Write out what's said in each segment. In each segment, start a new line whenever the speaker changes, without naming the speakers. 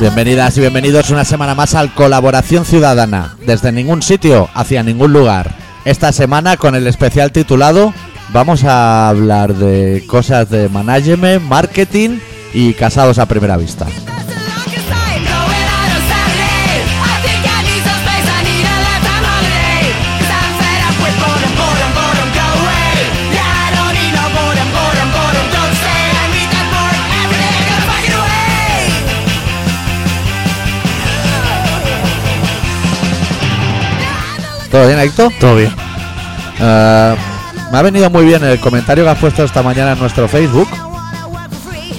Bienvenidas y bienvenidos una semana más al Colaboración Ciudadana, desde ningún sitio hacia ningún lugar. Esta semana con el especial titulado vamos a hablar de cosas de management, marketing y casados a primera vista. ¿Todo bien, Héctor?
Todo bien.
Eh, me ha venido muy bien el comentario que has puesto esta mañana en nuestro Facebook.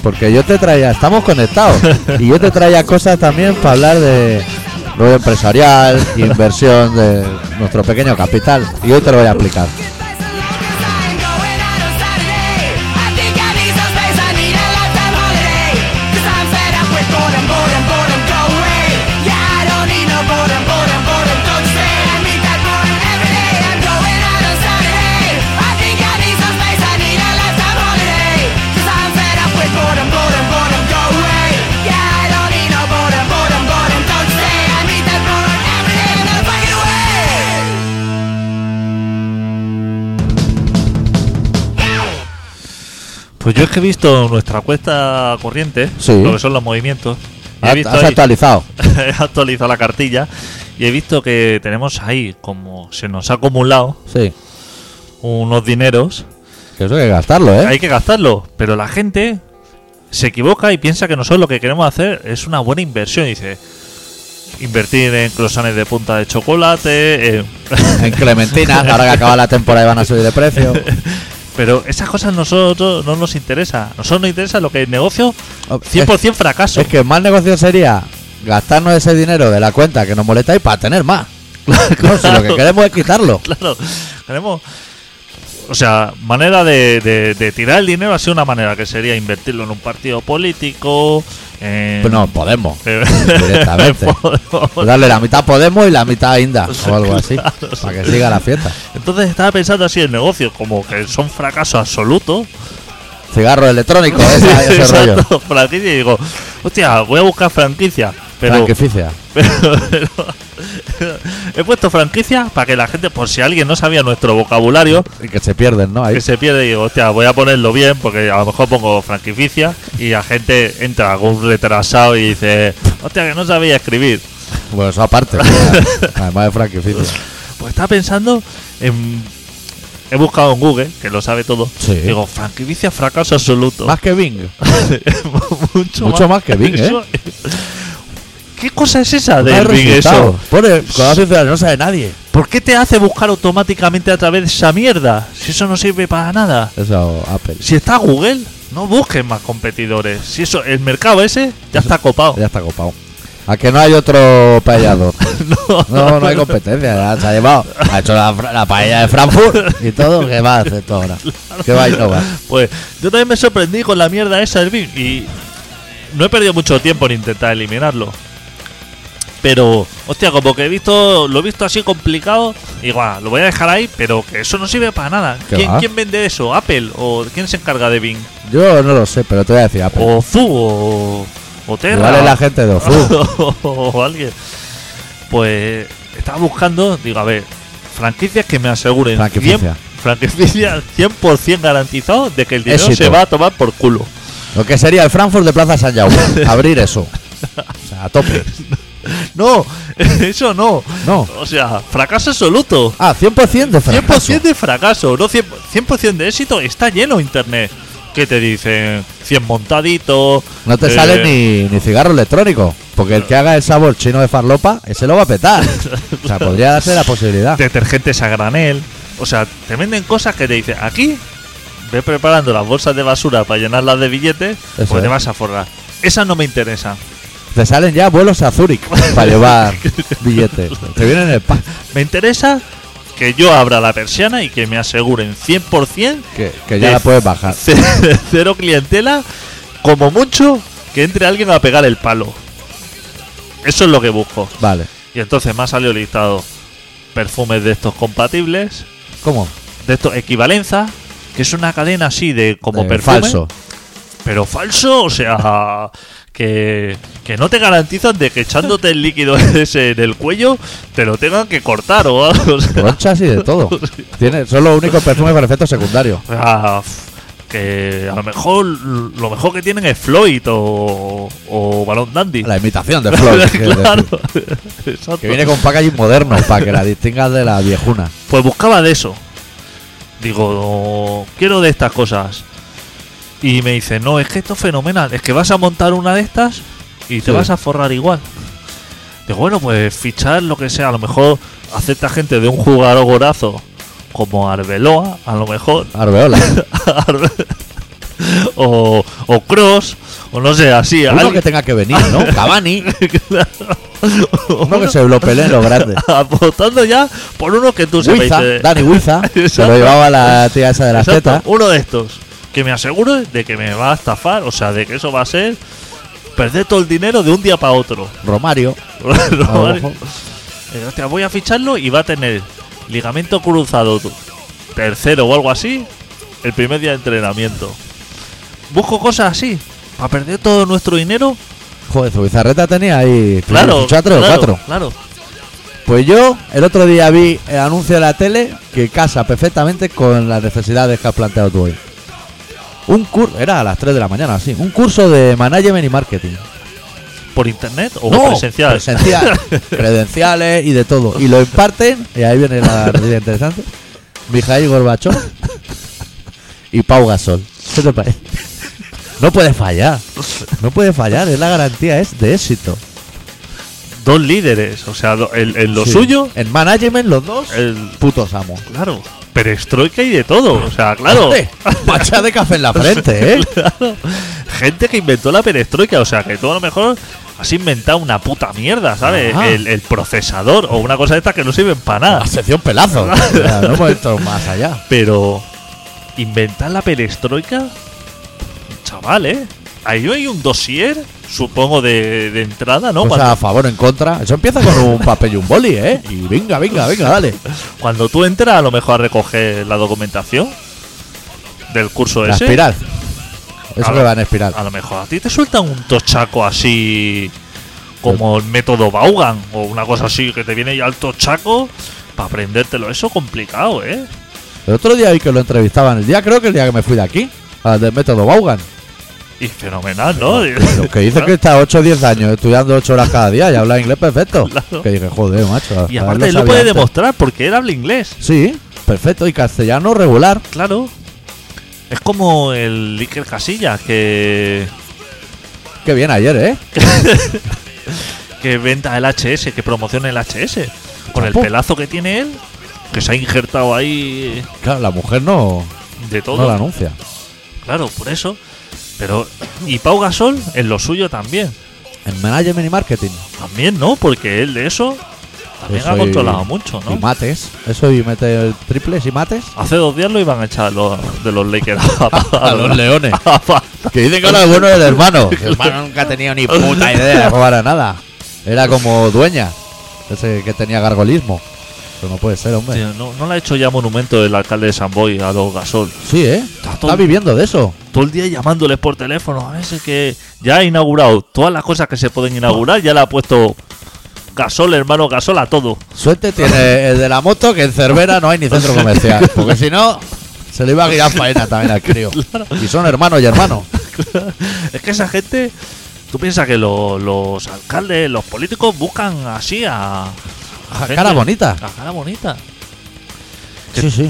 Porque yo te traía, estamos conectados. y yo te traía cosas también para hablar de rollo empresarial, inversión de nuestro pequeño capital. Y hoy te lo voy a aplicar.
Pues yo es que he visto nuestra cuesta corriente,
Sí.
lo que son los movimientos. y
Ha-
he, visto
Has
ahí-
actualizado.
he actualizado la cartilla y he visto que tenemos ahí, como se nos ha acumulado
Sí.
unos dineros,
Que eso hay que gastarlo, ¿eh?
hay que gastarlo. Pero la gente se equivoca y piensa que nosotros lo que queremos hacer es una buena inversión. Dice, invertir en croissants de punta de chocolate, eh, en-
En Clementina, ahora que acaba la temporada y van a subir de precio.
Pero esas cosas nosotros no nos interesa. A nosotros nos interesa lo que el negocio
Oh, Es-
100% fracaso.
Es que el mal negocio sería gastarnos ese dinero de la cuenta que nos molesta y para tener más. No, si lo que queremos es quitarlo.
Claro, tenemos. O sea, manera de, de- de tirar el dinero ha sido una manera que sería invertirlo en un partido político. En,
Pues no, Podemos.
eh,
directamente.
Podemos.
Darle la mitad Podemos y la mitad Inda o algo así.
Claro, Pues sí.
Para que siga la fiesta.
Entonces estaba pensando así el negocio, como que son fracaso absoluto.
Cigarro electrónico, esa- ese rollo.
Exacto, franquicia. Y digo, hostia, voy a buscar franquicia. Pero
Franquicia.
Pero, pero- he puesto franquicia para que la gente, por si alguien no sabía nuestro vocabulario,
Y que se pierden, ¿no? Ahí.
que se pierde y digo, hostia, voy a ponerlo bien porque a lo mejor pongo franquicia y la gente entra con un retrasado y dice, hostia, que no sabía escribir.
Bueno, Pues eso aparte. mira, Además de franquicia.
Pues estaba pensando en... He buscado en Google, que lo sabe todo.
Sí.
Digo, franquicia fracaso absoluto.
Más que Bing.
mucho,
mucho más que Bing, ¿eh?
Eso- ¿Qué cosa es esa
No hay
del Ah, Bing
resultado.
eso?
Pone, con la sinceridad, no sabe nadie.
¿Por qué te hace buscar automáticamente a través de esa mierda? Si eso no sirve para nada.
Eso, Apple.
Si está Google, no busques más competidores. Si eso, el mercado ese ya está copado.
Ya está copado. A que no hay otro paellador. No, no hay competencia. ya se ha llevado. Ha hecho la, fra- la paella de Frankfurt y todo. ¿Qué va a hacer todo ahora? ¿Qué va a innovar?
Pues yo también me sorprendí con la mierda esa del Bing y no he perdido mucho tiempo en intentar eliminarlo. Pero, hostia, como que he visto, lo he visto así complicado. Igual, lo voy a dejar ahí, pero que eso no sirve para nada.
¿Qué
¿Quién,
va?
quién vende eso? ¿Apple? ¿O quién se encarga de Bing?
Yo no lo sé, pero te voy a decir Apple.
¿O Zu? ¿O, o Terra?
Igual es la gente de Ozu.
o alguien. Pues estaba buscando, digo, a ver, franquicias que me aseguren.
Franquicia.
100 franquicias 100% garantizado de que el dinero
Éxito.
se va a tomar por culo.
Lo que sería el Frankfurt de Plaza San Jaume. Abrir eso. O sea, a tope.
No, eso no.
No.
O sea, fracaso absoluto.
Ah, 100% de fracaso.
100% de fracaso, no 100%, 100% de éxito. Está lleno Internet. ¿Qué te dicen? 100 montaditos.
No te
eh,
sale ni, ni cigarro electrónico. Porque el que haga el sabor chino de farlopa, ese lo va a petar. O sea, podría darse la posibilidad.
detergentes a granel. O sea, te venden cosas que te dicen, aquí ve preparando las bolsas de basura para llenarlas de billetes,
Eso
pues te
es.
vas a forrar. Esas no me interesan.
Te salen ya vuelos a Zúrich para llevar billetes. Te vienen en el pack.
Me interesa que yo abra la persiana y que me aseguren 100%
Que, que ya
de
la puedes bajar.
ce- cero clientela, como mucho que entre alguien a pegar el palo. Eso es lo que busco.
Vale.
Y entonces me ha salido listado perfumes de estos compatibles,
¿Cómo?
de estos equivalenza, que es una cadena así de como
Eh,
perfume.
Falso.
pero falso, o sea, que, que no te garantizan de que echándote el líquido ese en el cuello te lo tengan que cortar o algo. o sea,
Ronchas y de todo. Tiene, son los únicos perfumes para efectos secundarios.
Ah, f- que a lo mejor lo mejor que tienen es Floyd o, o Balón Dandy.
La imitación de Floyd. que-
claro. Exacto.
Que viene con packaging moderno para que la distingas de la viejuna.
Pues buscaba de eso. Digo, quiero de estas cosas. Y me dice, no, es que esto es fenomenal. Es que vas a montar una de estas y
Sí.
te vas a forrar igual. Digo, bueno, pues fichar lo que sea. A lo mejor acepta gente de un jugador gorazo como Arbeloa, a lo mejor.
Arbeola.
Arbe- o, o Cross, o no sé, así.
Uno
alguien-
que tenga que venir, ¿no? Cavani. Uno que se lo pelee en lo grande.
Apostando ya por uno que tú eh, sepas.
Huiza,
dice,
Dani Huiza. Se
Exacto.
lo llevaba la tía esa de la
Exacto,
Z.
Uno de estos. Que me aseguro de que me va a estafar, o sea, de que eso va a ser perder todo el dinero de un día para otro.
Romario.
No,
a lo
vale.
mejor.
Eh, hostia, voy a ficharlo y va a tener ligamento cruzado tu- tercero o algo así el primer día de entrenamiento. Busco cosas así, para perder todo nuestro dinero.
Joder, su bizarreta tenía ahí.
Claro,
fichó a tres o
claro,
cuatro.
claro.
Pues yo el otro día vi el anuncio de la tele que casa perfectamente con las necesidades que has planteado tú hoy. Un curso, era a las 3 de la mañana, sí. Un curso de management y marketing.
¿Por internet o
No,
presencial?
presencial, credenciales y de todo. Y lo imparten, y ahí viene la noticia interesante. Mijail Gorbachov y Pau Gasol. ¿Qué te parece? No puede fallar. No puede fallar, es la garantía, es de éxito.
Dos líderes, o sea, do- en, en lo
Sí.
suyo,
En management, los dos.
el,
Putos amo.
claro. Perestroika y de todo, o sea, claro.
Hombre, Mancha de café en la frente, ¿eh?
Claro. Gente que inventó la perestroika, o sea, que tú a lo mejor has inventado una puta mierda, ¿sabes?
Ajá.
El, el procesador o una cosa de estas que no sirven para nada.
La sección pelazo. O sea, no hemos hecho más allá.
Pero inventar la perestroika, chaval, ¿eh? Ahí hay un dossier, supongo, de, de entrada,
O
¿no?
sea,
Cuando,
Pues a favor, en contra. Eso empieza con un papel y un boli, ¿eh? Y venga, venga, venga, dale.
cuando tú entras a lo mejor a recoger la documentación del curso
La
ese,
espiral. Eso
Claro.
que va en espiral.
a lo mejor a ti te sueltan un tochaco así como el método Baugan o una cosa así que te viene ya el tochaco para aprendértelo. Eso complicado, ¿eh?
El otro día vi que lo entrevistaban. El día, creo que el día que me fui de aquí. al Del método Baugan.
Y fenomenal, ¿no?
Los que dicen que está 8 o 10 años estudiando 8 horas cada día y habla inglés perfecto.
Claro.
Que dije, joder, macho.
Y
a ver,
aparte él lo
sabía
puede
antes.
demostrar porque él habla inglés.
Sí, perfecto. Y castellano regular.
Claro. Es como el Iker Casillas que,
Qué bien ayer, ¿eh?
que venda el HS, que promociona el HS. Con el
Chapo.
pelazo que tiene él, que se ha injertado ahí
Claro, la mujer no,
de todo.
no la anuncia.
Claro, por eso. Pero. Y Pau Gasol en lo suyo también.
En management y marketing.
También, ¿no? Porque él de eso también
Eso
ha
y-
controlado mucho,
Y
¿no?
mates. Eso y meter triples y mates.
Hace dos días lo iban a echar a los- de los Lakers a,
A los leones.
a- a-
Que dicen que ahora es bueno del hermano. El hermano nunca ha tenido ni puta idea de jugar a nada. Era como dueña. Ese que tenía gargolismo. Pero no puede ser, hombre.
Tío, no, no le ha hecho ya monumento el alcalde de San Boy a los Gasol.
Sí, ¿eh?
todo-
Está viviendo de eso.
Todo el día llamándoles por teléfono. A ese que ya ha inaugurado todas las cosas que se pueden inaugurar. Ya le ha puesto Gasol, hermano Gasol, a todo.
Suerte tiene el de la moto que en Cervera no hay ni centro comercial. Porque si no, se le iba a guiar faena también al crío. Y son hermanos y hermanos.
Es que esa gente, tú piensas que lo- los alcaldes, los políticos buscan así a. a
A
gente-
cara bonita.
A cara bonita.
Sí, sí.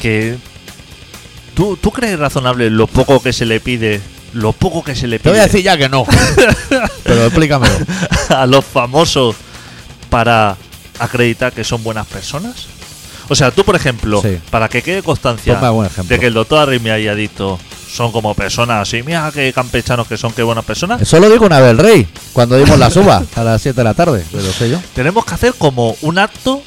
Que. ¿tú, ¿Tú crees razonable lo poco que se le pide? Lo poco que se le
Te
pide
voy a decir ya que no. Pero explícamelo.
a los famosos para acreditar que son buenas personas? O sea, tú, por ejemplo,
Sí.
para que quede constancia
Ponme algún ejemplo.
de que el doctor Arrimia haya dicho son como personas así, mira que campechanos que son, qué buenas personas,
Eso lo dijo una vez el rey, cuando dimos la suba a las 7 de la tarde, pero sé yo.
tenemos que hacer como un acto,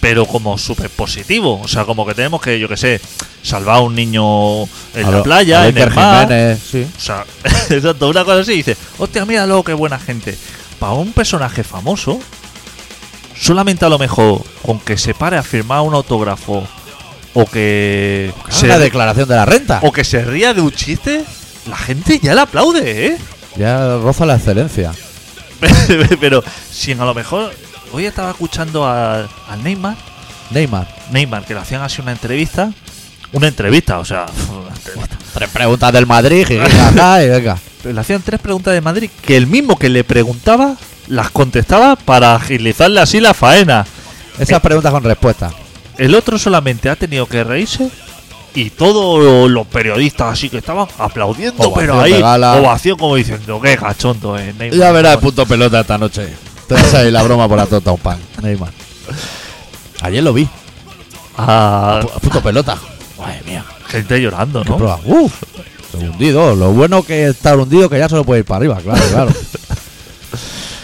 pero como súper positivo. O sea, como que tenemos que, yo qué sé, salvar a un niño en
A
la
lo-
playa,
a
en
Iker
el mar.
Jiménez, sí.
O sea, exacto, una cosa así dice, hostia, mira luego qué buena gente. Para un personaje famoso, solamente a lo mejor con que se pare a firmar un autógrafo o que
Es la Ah, declaración de la renta.
o que se ría de un chiste, la gente ya le aplaude, ¿eh?
Ya roza la excelencia.
Pero si a lo mejor hoy estaba escuchando a, a Neymar,
Neymar.
Neymar que le hacían así una entrevista, una entrevista, o sea, una entrevista.
Tres preguntas del Madrid. Y venga, y venga.
Pero le hacían tres preguntas de Madrid que el mismo que le preguntaba las contestaba para agilizarle así la faena.
Esas preguntas con respuesta.
El otro solamente ha tenido que reírse y todos los periodistas así que estaban aplaudiendo,
Ovación
pero
de
ahí
gala.
ovación como diciendo, qué cachondo es Neymar.
Ya verás el punto pelota esta noche. Te vas a ir la broma por la torta a un pan. Neymar. Ayer lo vi.
Ah,
Pu- Punto pelota. pues, Madre mía.
gente llorando,
Qué
¿no?
prueba. Uf. Estoy hundido. Lo bueno que estar hundido que ya se lo puede ir para arriba, claro, claro.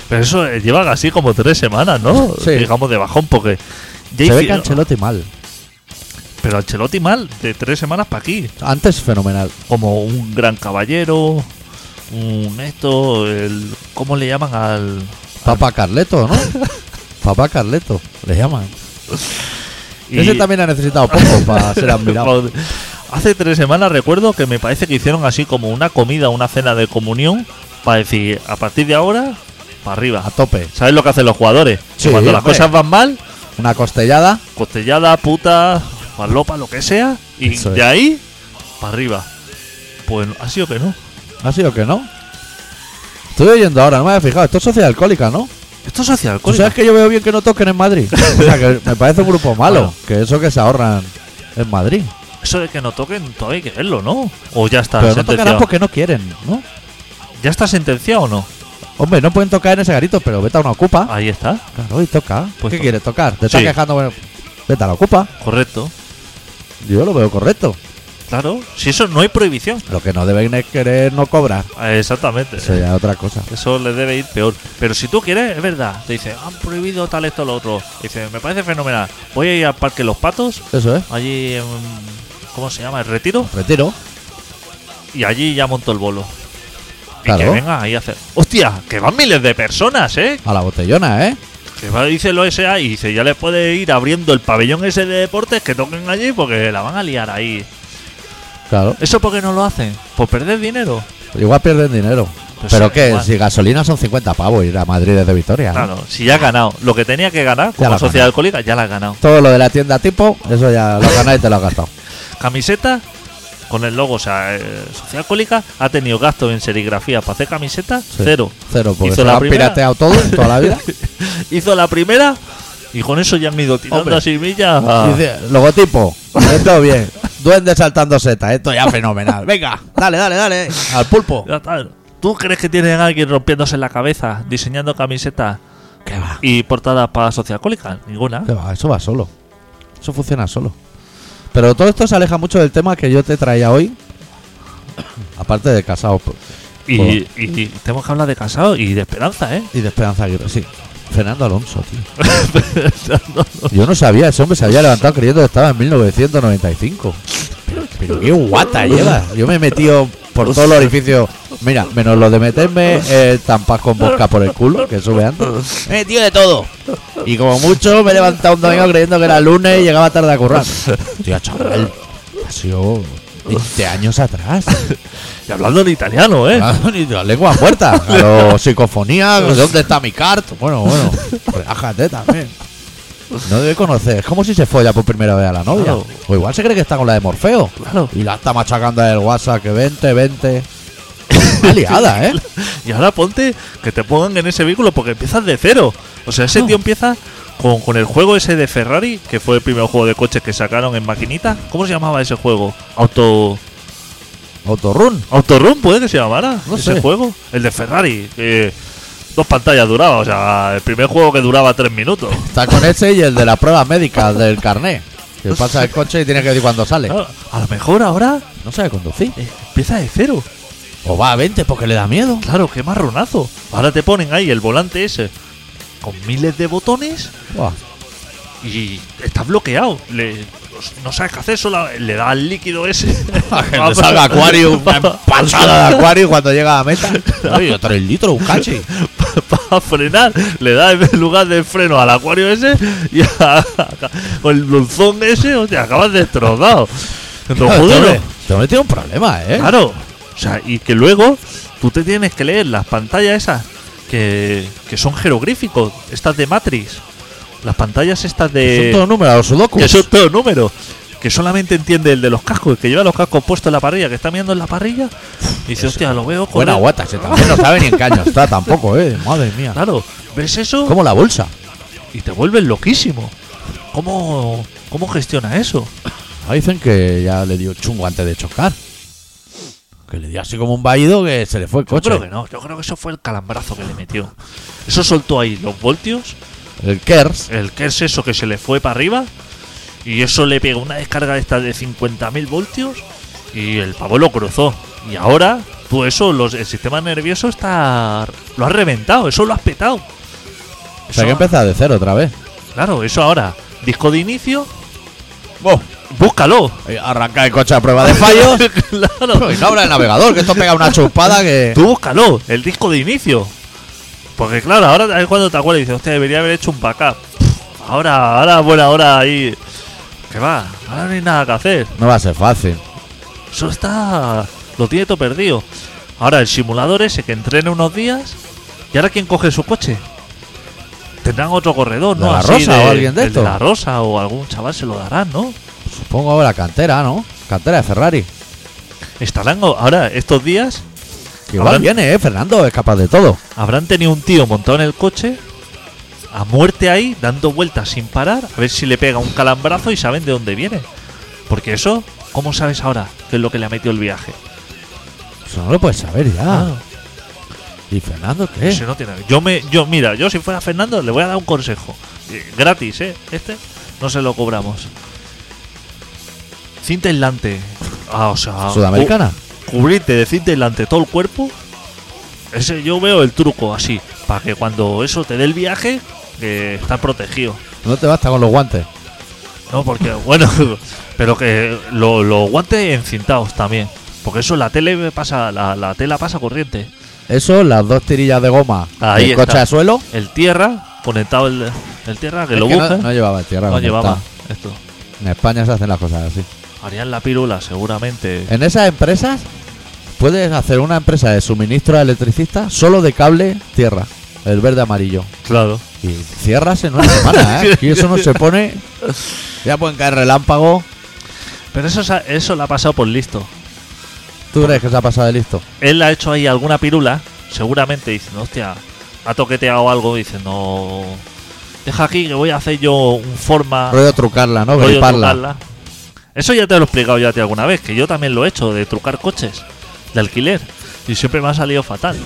Pero eso eh, lleva así como tres semanas, ¿no?
Sí.
Digamos de bajón, porque.
se ve
ya
que
hicieron-
Ancelotti mal.
Pero Ancelotti mal, de tres semanas para aquí.
Antes fenomenal.
Como un gran caballero, un esto, el. ¿Cómo le llaman al.?
Papá Carleto, ¿no? Papá Carleto, le llaman.
y-
Ese también ha necesitado poco para ser admirado.
Joder. Hace tres semanas recuerdo que me parece que hicieron así como una comida, una cena de comunión, para decir, a partir de ahora, para arriba.
A tope.
¿Sabes lo que hacen los jugadores? Que
Sí,
Cuando las
hombre.
cosas van mal,
Una costellada.
costellada, puta, palopa, lo que sea, y
Eso
de
es.
ahí para arriba. Pues ha sido que no.
¿Ha sido que no? Estoy oyendo ahora, no me había fijado. Esto es sociedad alcohólica, ¿no?
Esto es hacia
Tú sabes que yo veo bien que no toquen en Madrid. O sea, que me parece un grupo malo.
Bueno.
Que eso que se ahorran en Madrid.
Eso de que no toquen, todavía hay que verlo, ¿no? O ya está
Pero no
sentenciado.
tocarán porque no quieren, ¿no?
¿Ya está sentenciado o no?
Hombre, no pueden tocar en ese garito, pero vete a una ocupa.
Ahí está,
Claro, y toca.
Ah. Pues
¿Qué
to-
quieres tocar? Te estás
Sí.
quejando. bueno, vete a la ocupa.
correcto.
Yo lo veo correcto.
Claro, si eso no hay prohibición.
Lo que no deben es querer no cobrar.
Ah, Exactamente.
Eso ya es otra cosa.
Eso le debe ir peor. Pero si tú quieres, es verdad. Te dice, han prohibido tal, esto, lo otro. Dice, me parece fenomenal. Voy a ir al Parque Los Patos,
Eso es.
allí en. ¿Cómo se llama? El Retiro.
Retiro.
Y allí ya monto el bolo. Y que
Claro.
venga ahí a hacer. ¡Hostia! Que van miles de personas, ¿eh?
A la botellona, ¿eh?
Que va, dice el OSA y dice, ya les puede ir abriendo el pabellón ese de deportes que toquen allí porque la van a liar ahí.
Claro.
¿Eso por qué no lo hacen? ¿Por perder dinero?
Igual pierden dinero.
Pues
Pero
sí,
que
igual.
si gasolina son 50 pavos ir a Madrid desde Victoria. ¿no?
Claro, si ya ha ganado. Lo que tenía que
Ya
ganar
lo
como
ha
sociedad alcohólica ya la ha ganado.
Todo lo de la tienda tipo, eso ya lo has ganado y te lo has gastado.
camiseta con el logo, o sea, eh, Sociedad Alcohólica ha tenido gastos en serigrafía para hacer camisetas,
Sí.
cero.
Cero, porque
Hizo
se
la
lo han
primera.
pirateado todo toda la vida.
Hizo la primera y con eso ya han ido tirando
Hombre.
así millas.
Y dice, logotipo, esto bien. Duende saltando seta, esto ya fenomenal. Venga, dale, dale, dale. Al pulpo.
Ya está. ¿Tú crees que tienen a alguien rompiéndose la cabeza diseñando camisetas
¿Qué va?
y portadas para Sociedad Alcohólica? Ninguna.
¿Qué va? Eso va solo. Eso funciona solo. Pero todo esto se aleja mucho del tema que yo te traía hoy. Aparte de casado
Y, y- y tenemos que hablar de casado y de esperanza, ¿eh?
y de Esperanza Aguirre, sí. Fernando Alonso, tío. Yo no sabía, ese hombre se había levantado creyendo que estaba en 1995. Pero, pero qué guata lleva. Yo me he metido por todos los orificios. Mira, menos lo de meterme eh, tampas con bosca por el culo, que sube antes. Me he metido de todo. Y como mucho me he levantado un domingo creyendo que era lunes y llegaba tarde a currar. Tío, chaval, ha sido 20 años atrás.
Y hablando en italiano, ¿eh?
Ah, ni la lengua muerta. A lo psicofonía, ¿dónde está mi carta? Bueno, bueno, relájate también. No debe conocer. Es como si se folla por primera vez a la novia.
Claro.
O igual se cree que está con la de Morfeo.
Claro.
Y la está machacando en el WhatsApp que 20, 20. Está liada, ¿eh?
Y ahora ponte que te pongan en ese vehículo porque empiezas de cero. O sea, ese
No.
tío empieza con, con el juego ese de Ferrari, que fue el primer juego de coches que sacaron en maquinita. ¿Cómo se llamaba ese juego? Auto.
Autorun.
Autorun, puede que se llamara
No
ese
sé.
juego. El de Ferrari, que dos pantallas duraba. O sea, el primer juego que duraba tres minutos.
Está con ese y el de las pruebas médicas del carné. Que pasa el coche y tiene que decir cuándo sale.
Claro, a lo mejor ahora
No sabe conducir.
eh, empieza de cero.
O va a 20 porque le da miedo.
Claro, qué marronazo. Ahora te ponen ahí el volante ese con miles de botones.
Buah.
y está bloqueado. Le- no sabes qué hacer, solo le da el líquido ese.
A que le salga acuario, una pasada de acuario cuando llega a meta. Oye, tres litros, un cachi.
para frenar, le da en lugar de freno al acuario ese y a- con el dulzón ese, hostia, acabas destrozado. Don
Claro,
Juduro.
te- Te he metido un problema, ¿eh?
Claro. O sea, y que luego tú te tienes que leer las pantallas esas que, que son jeroglíficos, estas de Matrix. Las pantallas estas de.
Son todos números, los sudokus.
eh, que son todo número. Que solamente entiende el de los cascos, el que lleva los cascos puestos en la parrilla, que está mirando en la parrilla. Y dice, hostia, lo veo con.
Buena
el-".
guata, se también no sabe ni en caño está tampoco, ¿eh? Madre mía.
Claro, ves eso
Como la bolsa.
y te vuelves loquísimo. ¿Cómo, ¿Cómo gestiona eso?
Ahí dicen que ya le dio chungo antes de chocar. Que le dio así como un vaído que se le fue el
Yo
coche.
creo que no, yo creo que eso fue el calambrazo que le metió. Eso soltó ahí los voltios
El Kers.
el que es eso que se le fue para arriba y eso le pegó una descarga de esta de 50.000 voltios y el pavo lo cruzó. Y ahora, tú eso, los, el sistema nervioso está lo has reventado, eso lo has petado.
O sea
Eso-
que empieza de cero otra vez.
claro, eso ahora, disco de inicio, búscalo.
Ahí Eh, Arranca el coche a prueba de fallos.
claro,
y no habrá el navegador, que esto pega una chupada que.
tú búscalo, Eh, el disco de inicio. Porque claro, ahora es cuando te acuerdas y dices, hostia, debería haber hecho un backup. Ahora, ahora, bueno, ahora ahí. Que va, ahora no hay nada que hacer.
No va a ser fácil.
Eso está. Lo tiene todo perdido. Ahora el simulador ese que entrena unos días. ¿Y ahora quién coge su coche? Tendrán otro corredor,
¿De
¿no?
la
Así
Rosa o alguien de
el
estos?
La Rosa o algún chaval se lo darán, ¿no?
Supongo ahora cantera, ¿no? Cantera de Ferrari.
Estarán o- ahora estos días.
Que igual
Habrán-
viene, ¿eh? Fernando es capaz de todo.
Habrán tenido un tío montado en el coche. A muerte ahí, dando vueltas sin parar. A ver si le pega un calambrazo y saben de dónde viene. Porque eso, ¿cómo sabes ahora qué es lo que le ha metido el viaje?
Eso no lo puedes saber ya.
Claro.
¿Y Fernando qué?
Eso no tiene- Yo me, yo, mira, yo si fuera Fernando le voy a dar un consejo. Eh, gratis, ¿eh? Este no se lo cobramos. Cinta aislante. Ah, o sea.
¿Sudamericana?
cu- cubrirte de cinta aislante todo el cuerpo. Ese yo veo el truco así. Para que cuando eso te dé el viaje, que estás protegido.
Uh. No te basta con los guantes.
No, porque, bueno, pero que lo- los guantes encintados también. Porque eso la tele pasa, la, la tela pasa corriente.
Eso, las dos tirillas de goma
Ahí
del
está.
coche a suelo.
El tierra, conectado el, el tierra, que
Es
lo
que
busca.
no, no llevaba tierra.
No
como
llevaba
está.
esto.
En España se hacen las cosas así.
Harían la pirula, seguramente.
En esas empresas puedes hacer una empresa de suministro de electricista solo de cable tierra, el verde amarillo.
Claro.
Y cierras en una semana, ¿eh? Aquí eso no se pone. Ya pueden caer relámpagos.
Pero eso, se ha- eso la ha pasado por listo.
¿Tú crees que se ha pasado de listo?
Él ha hecho ahí alguna pirula, seguramente diciendo, hostia, ha toqueteado algo, dice, no. Deja aquí que voy a hacer yo un forma.
Rollo trucarla, ¿no?
Ah. rollo
Griparla.
trucarla". Eso ya te lo he explicado yo a ti alguna vez, que yo también lo he hecho, de trucar coches, de alquiler. Y siempre me ha salido fatal.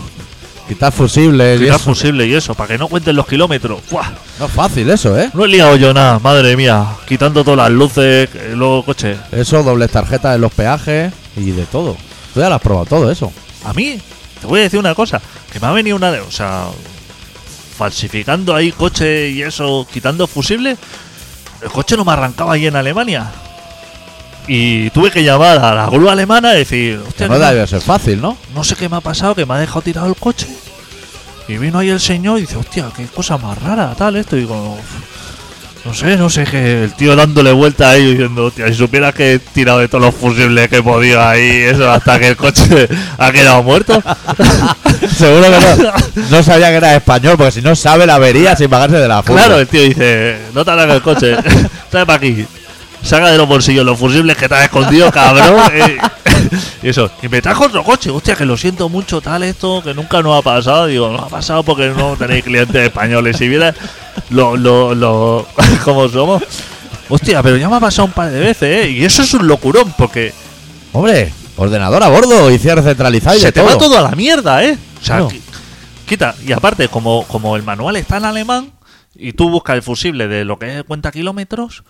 Quitar fusibles. y
Era
eso.
fusible y eso, para que no cuenten los kilómetros. ¡Buah!
No es fácil eso, ¿eh?
No he liado yo nada, madre mía. Quitando todas las luces, eh, los coches.
Eso, dobles tarjetas en los peajes y de todo. Tú ya lo has probado todo eso.
A mí, te voy a decir una cosa, que me ha venido una de, o sea, falsificando ahí coche y eso, quitando fusibles, el coche no me arrancaba ahí en Alemania. Y tuve que llamar a la grúa alemana y decir,
Que
hostia,
no
que me-
debe ser fácil, ¿no?
no sé qué me ha pasado, que me ha dejado tirado el coche. Y vino ahí el señor y dice, hostia, qué cosa más rara, tal, esto. Y digo, no sé, no sé, que el tío dándole vuelta ahí diciendo, hostia, si supieras que he tirado de todos los fusibles que he podido ahí, eso, hasta que el coche ha quedado muerto.
Seguro que no. No sabía que era español, porque si no sabe la avería sin pagarse de la funda.
Claro, el tío dice, no te hagas el coche, trae para aquí. Saca de los bolsillos los fusibles que te has escondido, cabrón. eh. y eso. Y me trajo otro coche. Hostia, que lo siento mucho, tal, esto, que nunca nos ha pasado. Digo, no ha pasado porque no tenéis clientes españoles. Si vieras lo, lo, lo, cómo somos. Hostia, pero ya me ha pasado un par de veces, ¿eh? Y eso es un locurón, porque
Hombre, ordenador a bordo y cierre centralizado y
se
de
te
todo.
va todo a la mierda, ¿eh? O sea,
Claro.
qui- quita. Y aparte, como, como el manual está en alemán y tú buscas el fusible de lo que es cuenta kilómetros,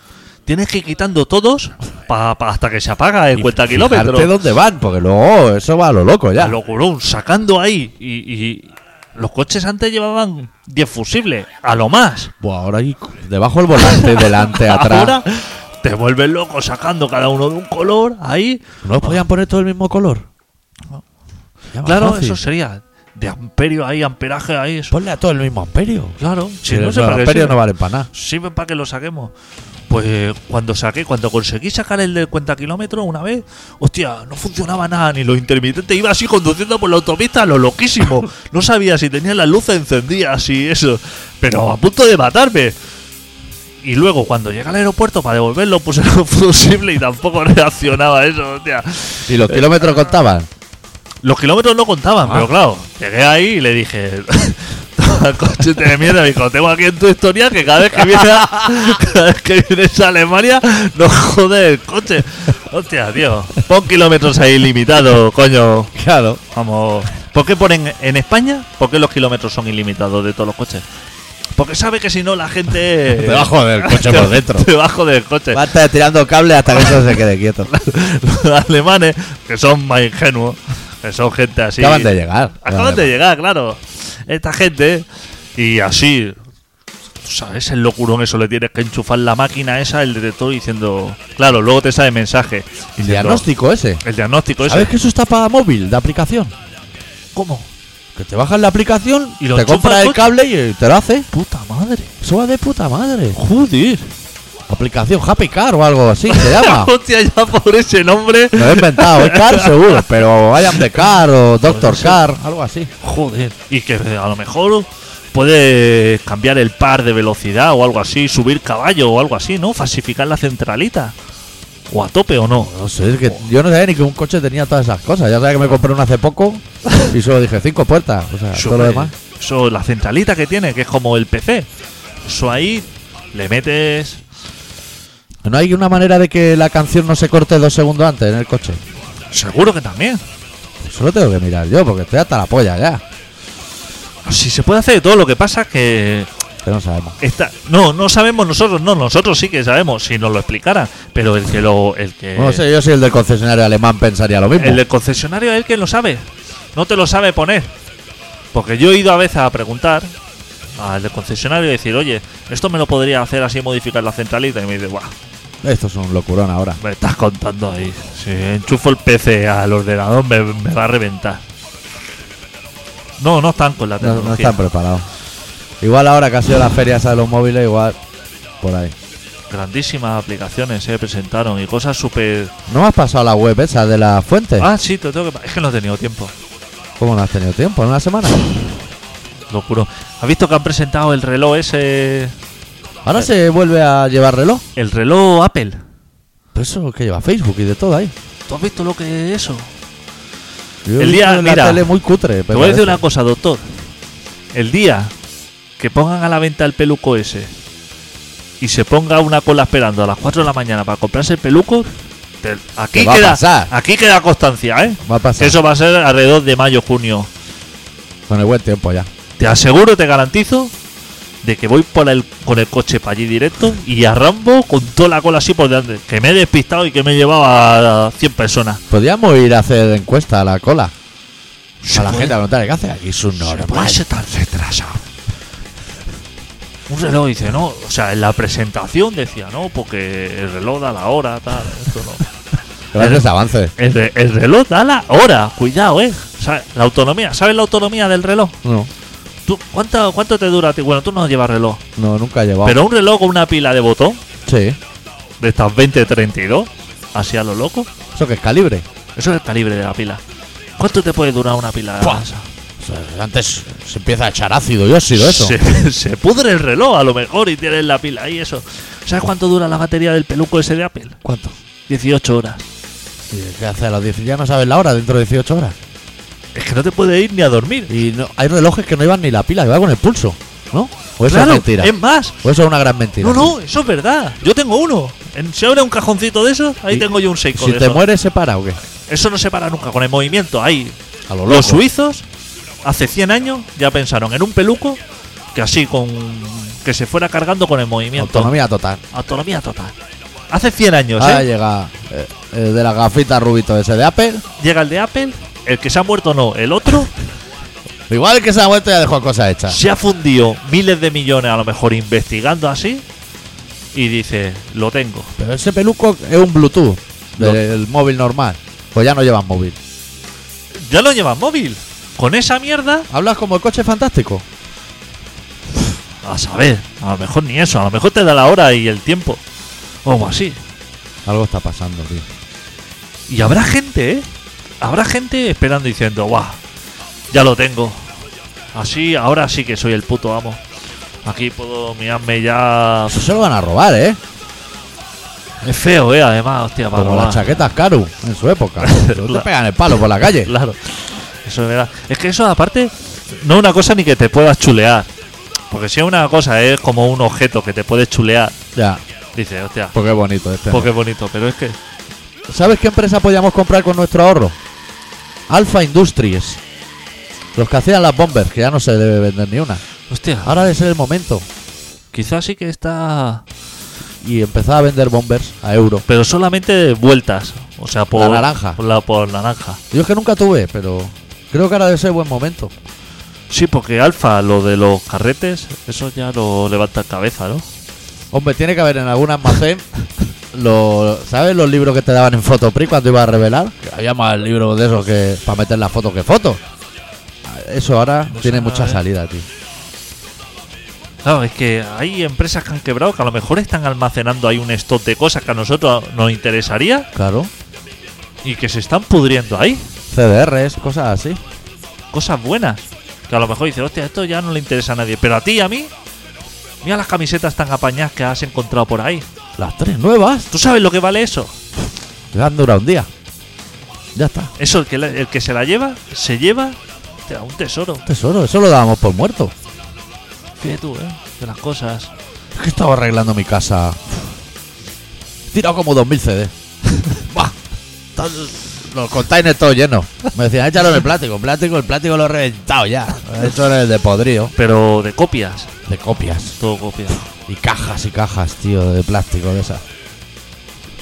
tienes que ir quitando todos pa- pa- hasta que se apaga el
Y
cuenta
fijarte
kilómetros.
dónde van, porque luego eso va a lo loco ya.
A lo curón, sacando ahí. Y, y los coches antes llevaban 10 fusibles, a lo más.
Buah, ahora ahí debajo el volante, delante, atrás.
Ahora te vuelves loco sacando cada uno de un color ahí.
¿No los podían poner todo el mismo color? Ya más
Claro,
fácil.
eso sería de amperio ahí, amperaje ahí. eso.
Ponle a todo el mismo amperio.
Claro, si
Pero
no sé
los
para qué
amperios
sirve.
no valen para nada.
sirven para que lo saquemos. Pues eh, cuando saqué, cuando conseguí sacar el del cuenta kilómetros una vez, hostia, no funcionaba nada, ni los intermitentes. Iba así conduciendo por la autopista, lo loquísimo. No sabía si tenía las luces encendidas y eso, pero a punto de matarme. Y luego, cuando llegué al aeropuerto para devolverlo, puse lo fusible y tampoco reaccionaba eso, hostia.
Y los kilómetros contaban.
Los kilómetros no contaban,
Ah.
pero claro, llegué ahí y le dije. "Toma, Coche de mierda, me dijo, tengo aquí en tu historia que cada vez que vienes a, cada vez que vienes a Alemania nos jode el coche. Hostia, tío, pon kilómetros ahí limitados, coño.
Claro.
Vamos, ¿por qué ponen en España? ¿Por qué los kilómetros son ilimitados de todos los coches? Porque sabe que si no la gente.
Te va a joder el coche
Te-
por dentro.
Te va a joder el coche.
Va a estar tirando cables hasta que eso se quede quieto.
Los alemanes, que son más ingenuos, que son gente así.
Acaban de llegar.
Acaban de llegar, claro. Esta gente. Y así. tú ¿Sabes? El locurón eso le tienes que enchufar la máquina esa, el detector, diciendo. Claro, luego te sale mensaje.
El
diciendo,
diagnóstico ese.
El diagnóstico ese.
¿Sabes que eso está para móvil, de aplicación?
¿Cómo?
Que te bajas la aplicación,
Y lo
te
enchufa
compras
al
el
coche.
cable y te lo hace.
Puta madre.
Eso va de puta madre. Joder. Aplicación Happy Car o algo así se llama.
Hostia, ya por ese nombre.
Lo he inventado, es Car seguro, pero I am the Car o Doctor
sí.
Car, algo así.
Joder. Y que a lo mejor puedes cambiar el par de velocidad o algo así, subir caballo o algo así, ¿no? Falsificar la centralita. O a tope o no.
No sé, es que yo no sabía ni que un coche tenía todas esas cosas. Ya sabía que me compré uno hace poco y solo dije cinco puertas. O sea, todo lo
eh,
demás.
eso, la centralita que tiene, que es como el PC. Eso ahí le metes.
¿No hay una manera de que la canción no se corte dos segundos antes en el coche?
Seguro que también.
Solo tengo que mirar yo, porque estoy hasta la polla ya.
Si se puede hacer de todo, lo que pasa es que.
Que no sabemos.
Está, no, no sabemos nosotros, no, nosotros sí que sabemos, si nos lo explicaran. Pero el que lo. El que.
Bueno, no sé, yo soy el del concesionario alemán, pensaría lo mismo.
Eh. El del concesionario es el que lo sabe. No te lo sabe poner. Porque yo he ido a veces a preguntar al del concesionario y decir, oye, esto me lo podría hacer así modificar la centralita. Y me dice, guau,
Esto es un locurón ahora.
me estás contando ahí. Si enchufo el PC al ordenador me, me va a reventar. No, no están con la
No, no
tecnología.
están preparados. Igual ahora que ha sido la feria esa de los móviles, igual por ahí.
Grandísimas aplicaciones se presentaron y cosas súper...
¿No me has pasado la web esa de la fuente?
Ah, sí, te tengo que... pa- Es que no he tenido tiempo.
¿Cómo no has tenido tiempo? ¿En una semana?
Locuro. ¿Has visto que han presentado el reloj ese... Eh.
Ahora se vuelve a llevar reloj.
El reloj Apple?
Pero eso que lleva Facebook y de todo ahí.
¿Tú has visto lo que es eso?
Yo he
El día-
visto en la
mira,
tele muy cutre.
Te voy a decir una cosa, doctor. El día que pongan a la venta el peluco ese y se ponga una cola esperando a las 4 de la mañana para comprarse el peluco, te- aquí,
Te va a
queda,
pasar.
aquí queda constancia, ¿eh?
Va a pasar.
Eso va a ser alrededor de mayo, junio.
Con el buen tiempo ya.
Te aseguro, te garantizo, de que voy por el, con el coche para allí directo y arrambo con toda la cola así por delante. Que me he despistado y que me he llevado a 100 personas.
Podríamos ir a hacer encuesta a la cola.
Se
a la
puede-
gente a preguntar qué hace aquí. Es un
Se puede
normal.
ser tan retrasado. Un reloj dice, no, o sea, en la presentación decía, no, porque el reloj da la hora, tal, esto no.
Gracias, avance.
El, re- el reloj da la hora, cuidado, eh. O sea, la autonomía, ¿sabes la autonomía del reloj?
No,
¿Tú, cuánto, ¿Cuánto te dura a ti? Bueno, tú no llevas reloj,
no, nunca he llevado.
pero un reloj con una pila de botón,
Sí.
de estas 20-32, así a lo loco,
Eso que es calibre.
eso es el calibre de la pila. ¿Cuánto te puede durar una pila?
Buah.
esa?
O sea, antes se empieza a echar ácido y óxido eso.
Se, se pudre el reloj a lo mejor y tienes la pila ahí, eso. ¿Sabes cuánto dura la batería del peluco ese de Apple?
¿Cuánto?
18 horas.
¿Y ¿Qué hace a los 10? Ya no sabes la hora dentro de 18 horas.
Es que no te puede ir ni a dormir.
Y no, hay relojes que no iban ni la pila, que va con el pulso, ¿no? O eso
Claro,
es mentira.
es más.
O eso es una gran mentira.
No, no, eso es verdad. Yo tengo uno. En- si abre un cajoncito de esos, ahí
Y-
tengo yo un Seiko
Si
de
te
esos.
mueres, se para o qué.
Eso no se para nunca, con el movimiento ahí.
A lo
Los
loco.
suizos, hace 100 años, ya pensaron en un peluco que así, con que se fuera cargando con el movimiento.
Autonomía total.
Autonomía total. Hace 100 años,
Ahora
¿eh?
llega eh, el de la gafita rubito ese de Apple.
Llega el de Apple, el que se ha muerto no, el otro
Igual el que se ha vuelto ya dejó cosas hechas.
se ha fundido miles de millones a lo mejor investigando así y dice, lo tengo.
Pero ese peluco es un Bluetooth del móvil normal. Pues ya no llevan móvil.
Ya lo llevan móvil. con esa mierda,
Hablas como el coche fantástico.
a saber, a lo mejor ni eso, a lo mejor te da la hora y el tiempo. O algo así.
Algo está pasando, tío.
Y habrá gente, ¿eh? Habrá gente esperando diciendo, guau, ya lo tengo. Así, ahora sí que soy el puto amo. Aquí puedo mirarme ya.
Eso se lo van a robar, ¿eh?
Es feo, ¿eh? Además, hostia, para
Como
robar.
las chaquetas Caru en su época. Eso te
Claro.
pegan el palo por la calle.
Claro. Eso es verdad. Es que eso, aparte, no es una cosa ni que te puedas chulear. Porque si es una cosa, es como un objeto que te puedes chulear.
Ya,
Dices, hostia,
porque es bonito este.
pues qué bonito. Pero es que,
¿Sabes qué empresa podíamos comprar con nuestro ahorro? Alfa Industries. Los que hacían las bombers, que ya no se debe vender ni una.
hostia,
Ahora debe ser el momento.
quizás sí que está.
Y empezaba a vender bombers a euro.
Pero solamente de vueltas. O sea, por.
La naranja.
Por, la, por naranja.
Yo es que nunca tuve, pero creo que ahora debe ser buen momento.
Sí, porque Alfa, lo de los carretes, eso ya lo levanta cabeza, ¿no?
Hombre, tiene que haber en algún almacén. lo- ¿Sabes los libros que te daban en Photopri cuando ibas a revelar? Que había más libros de esos que para meter la foto que foto. Eso ahora
No
tiene
sé nada,
mucha
¿eh?
salida, tío.
Claro, es que hay empresas que han quebrado que a lo mejor están almacenando ahí un stock de cosas que a nosotros nos interesaría
Claro.
y que se están pudriendo ahí.
CDRs, cosas así.
Cosas buenas. Que a lo mejor dices, hostia, esto ya no le interesa a nadie. Pero a ti y a mí, mira las camisetas tan apañadas que has encontrado por ahí.
Las tres nuevas.
¿Tú sabes lo que vale eso?
Le han durado un día. Ya está.
Eso, el que, la- el que se la lleva, se lleva hostia, un tesoro.
Tesoro, eso lo dábamos por muerto.
Fíjate tú, ¿eh? De las cosas.
Es que estaba arreglando mi casa. He tirado como 2000 CDs. Buah, están los containers todos llenos. Me decían, échalo en el plástico. El plástico, el plástico lo he reventado ya. Eso era el de podrío.
Pero de copias.
De copias.
Todo copias.
Y cajas y cajas, tío, de plástico de esas.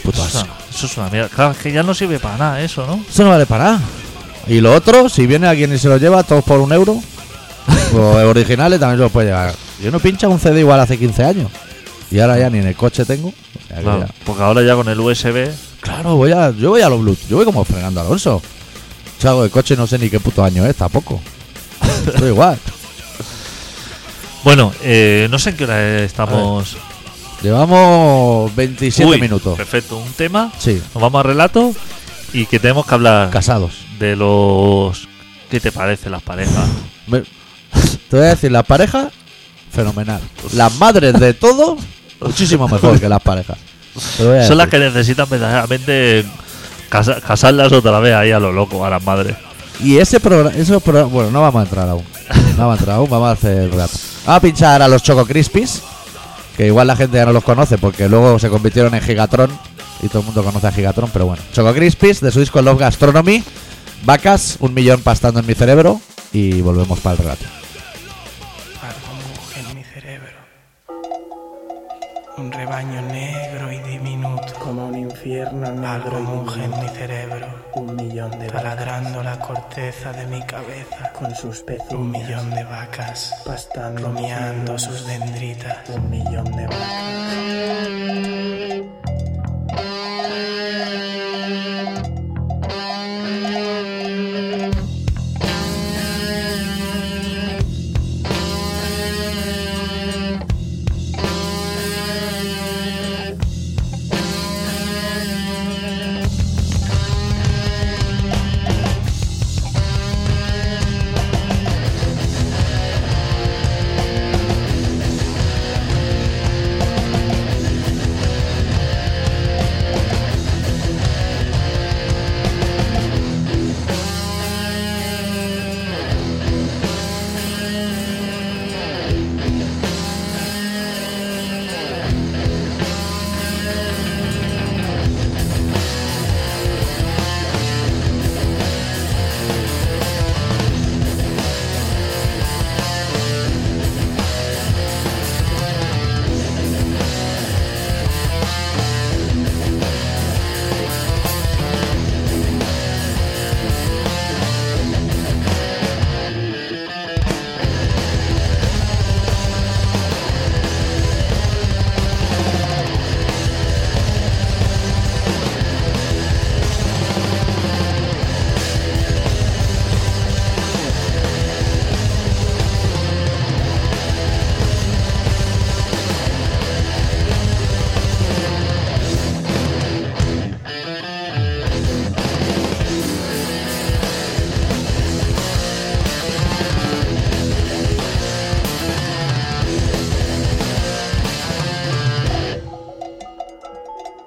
Puto
Eso, es
asco.
una- eso es una mierda. Claro, es que ya no sirve para nada eso, ¿no?
Eso no vale para nada. Y lo otro, si viene alguien y se lo lleva, todos por un euro. Los originales también se los puede llevar. Yo no pincha un CD igual hace 15 años. Y ahora ya ni en el coche tengo. O sea que
Claro,
ya-
porque ahora ya con el USB.
Claro, voy a, yo voy a los Bluetooth. Yo voy como Fernando Alonso. Salgo de coche, no sé ni qué puto año es, tampoco. Estoy igual.
Bueno, eh, no sé en qué hora estamos.
Llevamos 27
Uy,
minutos.
Perfecto, un tema.
Sí,
Nos vamos a relato y que tenemos que hablar
casados.
de los. ¿Qué te parece las parejas?
Me- Te voy a decir, las parejas, fenomenal. Las madres de todo, muchísimo mejor que las parejas. Te lo voy a
Son las
decir.
que necesitan verdaderamente casa- casarlas otra vez ahí a lo loco, a las madres.
Y ese programa, esos progra- bueno, no vamos a entrar aún. No vamos a entrar aún, vamos a hacer el rato. Vamos a pinchar a los Choco Crispies, que igual la gente ya no los conoce porque luego se convirtieron en Gigatron y todo el mundo conoce a Gigatron, pero bueno. Choco Crispies de su disco Love Gastronomy, vacas, un millón pastando en mi cerebro y volvemos para el rato.
algo en mi cerebro. Un rebaño negro y diminuto. Como un infierno negro. Algo muge en mi cerebro. Un millón de Taladrando la corteza de mi cabeza. Con sus pezuñas. Un millón de vacas. Pastando. Rumiando sus dendritas. Un millón de vacas.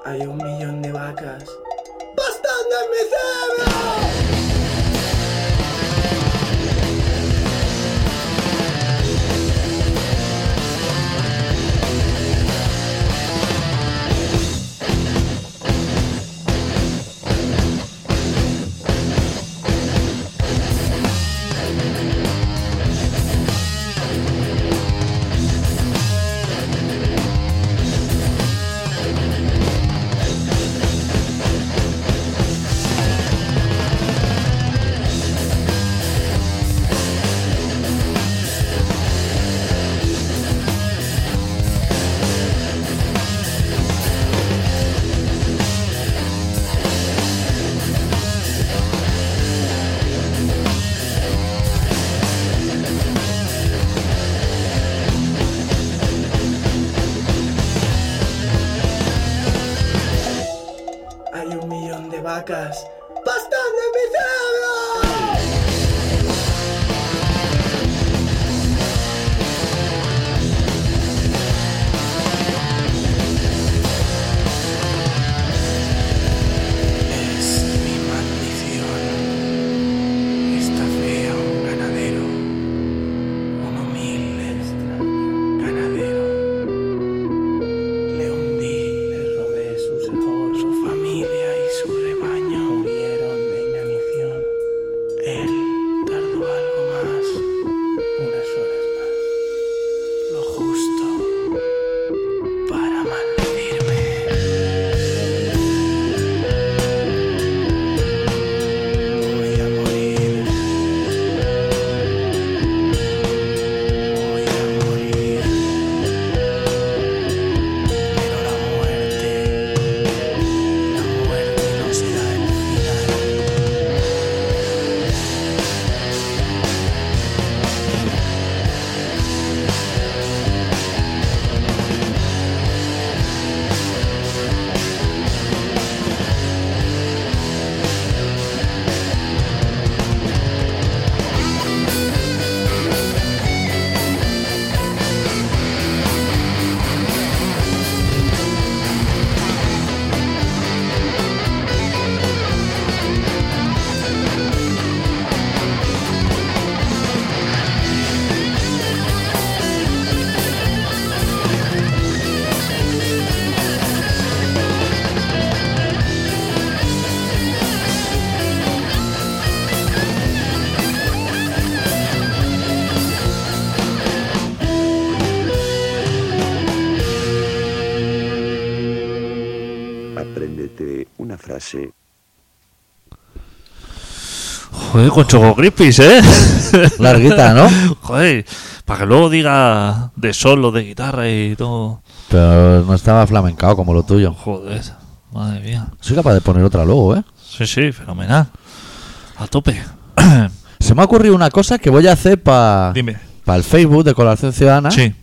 hay un millón de vacas.
¡Bastando en mi cerebro!
Hay un millón de vacas.
¡Bastando en mi cerebro!
Es mi maldición. Esta fea un ganadero, un humilde ganadero. Le hundí, le robé su sabor, su familia y su rebaño murieron de inanición. Él tardó algo más, unas horas más, lo justo para maldecirme. Voy a morir. Voy a morir. Pero la muerte, la muerte no será el final.
Apréndete una frase
Joder, con Choco Crispis, ¿eh?
Larguita, ¿no?
Joder, para que luego diga de solo, de guitarra y todo.
Pero no estaba flamencado como lo tuyo.
Joder, madre mía.
Soy capaz de poner otra luego, ¿eh?
Sí, sí, fenomenal. A tope.
Se me ha ocurrido una cosa que voy a hacer para
Dime.
el Facebook de Colaboración Ciudadana.
Sí,